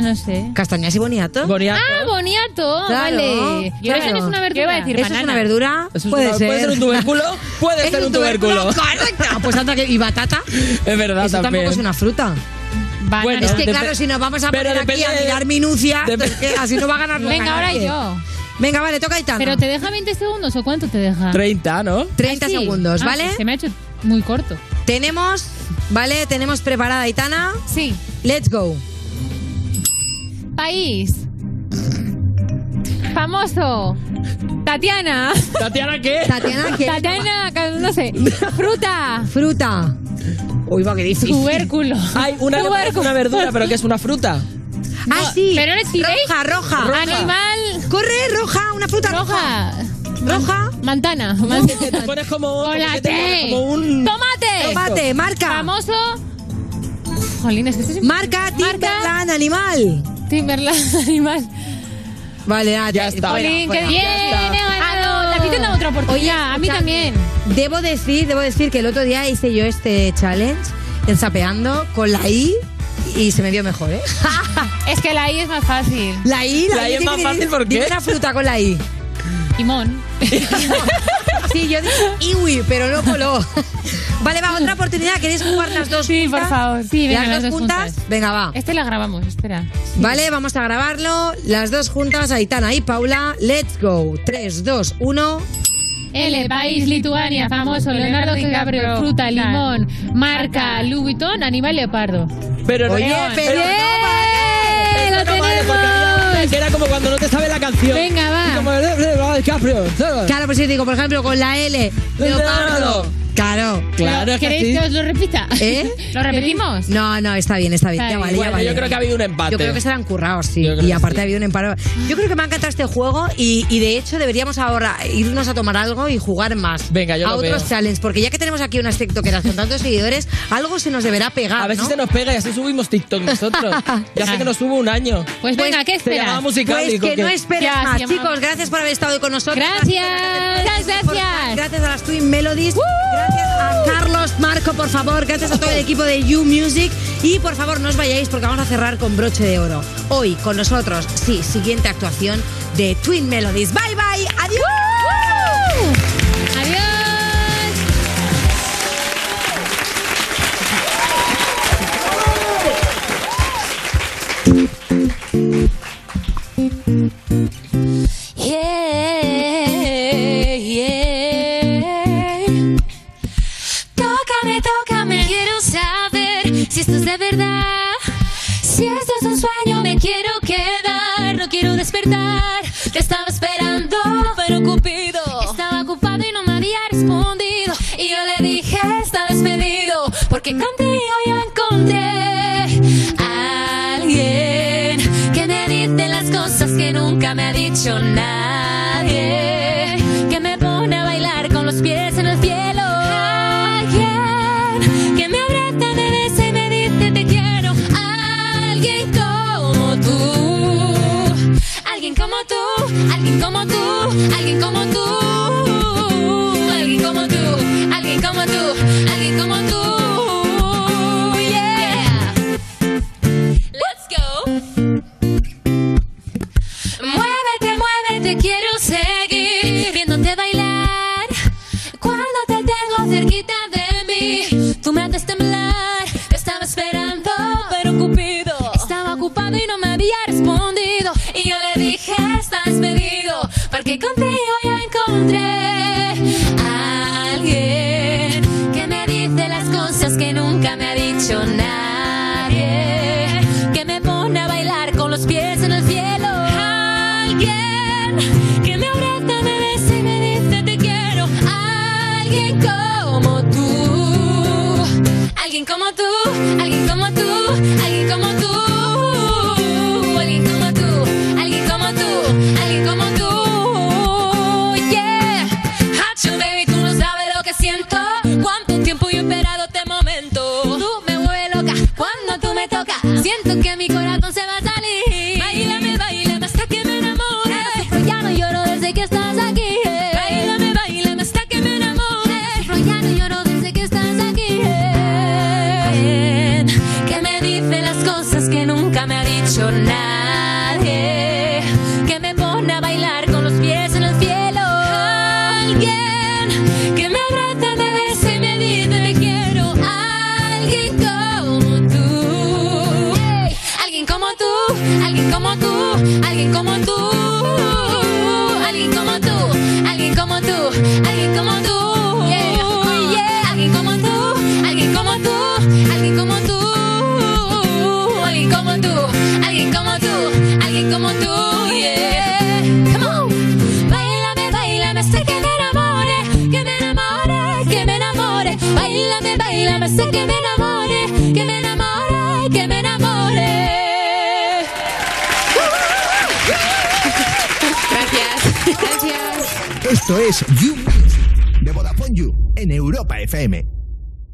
No sé.
Castañas y boniato.
Boniato.
Ah, boniato,
Claro,
vale. Pero eso
claro.
no es una verdura.
Yo iba a decir ¿Eso es banana. una verdura?
Eso es
Puede
una-
ser.
puede ser un tubérculo. Puede
Es
ser
un
un tubérculo.
tubérculo, correcto. Pues anda que- y batata.
Es verdad,
Eso
también.
tampoco es una fruta.
Bueno,
es que
depe-
claro, si nos vamos a
pero
poner aquí
depende
a
de-
mirar minucia,
depe-
es que así no va a ganar
Venga,
nunca
ahora
nadie.
yo.
Venga, vale, toca Aitana.
¿Pero te deja 20 segundos o cuánto te deja?
30, ¿no?
30
¿Ah, sí?
segundos,
Ah,
¿vale?
sí, se me ha hecho muy corto.
Tenemos, ¿vale? Tenemos preparada Aitana.
Sí.
Let's go.
País. Famoso. Tatiana.
¿Tatiana qué?
Tatiana, ¿qué?
Tatiana, ca- no sé. Fruta.
Fruta. Uy, va, qué difícil.
Tubérculo.
Hay una, que parece una verdura, pero que es una fruta.
Ah, sí.
Pero eres
Roja, roja.
roja. Animal.
Corre, roja, una fruta roja. Roja.
Mantana.
Que te pones como,
Con la
que te pones
T.
como un...
Tomate.
Tomate, marca.
Famoso. Jolín, es que este esto es
Marca, Timberland, este animal.
Timberland, animal.
Vale, Ah, ya,
Ya está.
Jolín, que bien. he ganado. A ti te da otra
Oye,
oportunidad. A mí
escuchadme,
también.
Debo decir, debo decir que el otro día hice yo este challenge en Sapeando con la I y se me dio mejor, ¿eh?
Es que la I es más fácil.
La I, la,
La I es
dime-
más fácil, ¿por
dime
qué?
una fruta con la I.
Timón.
Sí, yo dije iwi, pero no coló. Vale, va, otra oportunidad. ¿Queréis jugar las dos
Sí,
juntas?
por favor. Sí, venga,
las, dos juntas. Venga, va.
Este la grabamos, espera.
Vale, vamos a grabarlo. Las dos juntas, Aitana y Paula. Let's go. 3, 2, 1.
L, país, Lituania, famoso, Leonardo DiCaprio, fruta, limón, marca, Louis Vuitton, animal leopardo.
Pero no-
Oye, pero no,
¡Eh! ¡Lo
no vale, porque había una
tenemos!
que era como cuando no te sabe la canción.
Venga,
Y
va.
como, eh, eh, eh, DiCaprio, ¿sabes?
Claro, pues yo digo, por ejemplo, con la L. Leopardo.
Leonardo.
Claro.
Claro, es que
¿Queréis que
sí.
os lo repita?
¿Eh?
¿Lo repetimos?
No, no, está bien, está bien.
Está
Ya
bien.
vale, ya
Bueno,
vale.
yo creo que ha habido un empate.
Yo creo que serán currados, sí.
Yo creo
Y
que
aparte
sí.
ha habido un empate. Yo creo que me ha encantado este juego y, y de hecho deberíamos ahora irnos a tomar algo y jugar más.
Venga, yo
A
lo
otros
veo.
challenges, porque ya que tenemos aquí unas tiktokeras con tantos seguidores, algo se nos deberá pegar.
A ver si
¿no?
se nos pega y así subimos TikTok nosotros. ya sé que nos subo un año.
Pues venga, ¿qué
Se llamaba
esperas?
musical.
Pues que no esperes
Ya,
más,
sí, mamá.
chicos. Gracias por haber estado hoy con nosotros.
Gracias,
Gracias,
gracias.
por- gracias a las Twin Melodies. Gracias a Carlos, Marco, por favor. Gracias a todo el equipo de You Music. Y por favor, no os vayáis porque vamos a cerrar con broche de oro. Hoy con nosotros, sí, siguiente actuación de Twin Melodies. Bye bye, adiós.
¡Adiós!
Yeah, yeah. Tócame, tócame. Quiero saber si esto es de verdad. Si esto es un sueño, me quiero quedar. No quiero despertar. Te estaba esperando, pero Cupido estaba ocupado y no me había respondido. Y yo le dije, está despedido. Porque contigo yo encontré a alguien que me dice las cosas que nunca me ha dicho nadie. Que me pone a bailar con los pies en el cielo. Alguien que me abraza, me besa y me dice te quiero. Alguien como tú. Alguien como tú, alguien como tú, alguien como tú, alguien como tú, alguien como tú, alguien como tú. Yeah. Let's go. Muévete, muévete, quiero seguir viéndote bailar. Cuando te tengo cerquita de mí, tú me haces temblar. Te estaba esperando, pero Cupido estaba ocupado y no me había respondido. Y yo le dije, estás pedido, porque contigo yo encontré a alguien que me dice las cosas que nunca me ha dicho nadie. Que me pone a bailar con los pies en el cielo. Alguien que me abraza, me besa y me dice te quiero. Alguien como tú. Alguien como tú, alguien como tú, alguien como tú. Alguien como tú, alguien como tú, alguien como tú. Yeah. Hacho, baby, tú no sabes lo que siento. Cuánto tiempo yo he esperado este momento. Tú me vuelves loca, eh. eh. enamore. Gracias. Gracias.
Esto es You de Vodafone You en Europa FM.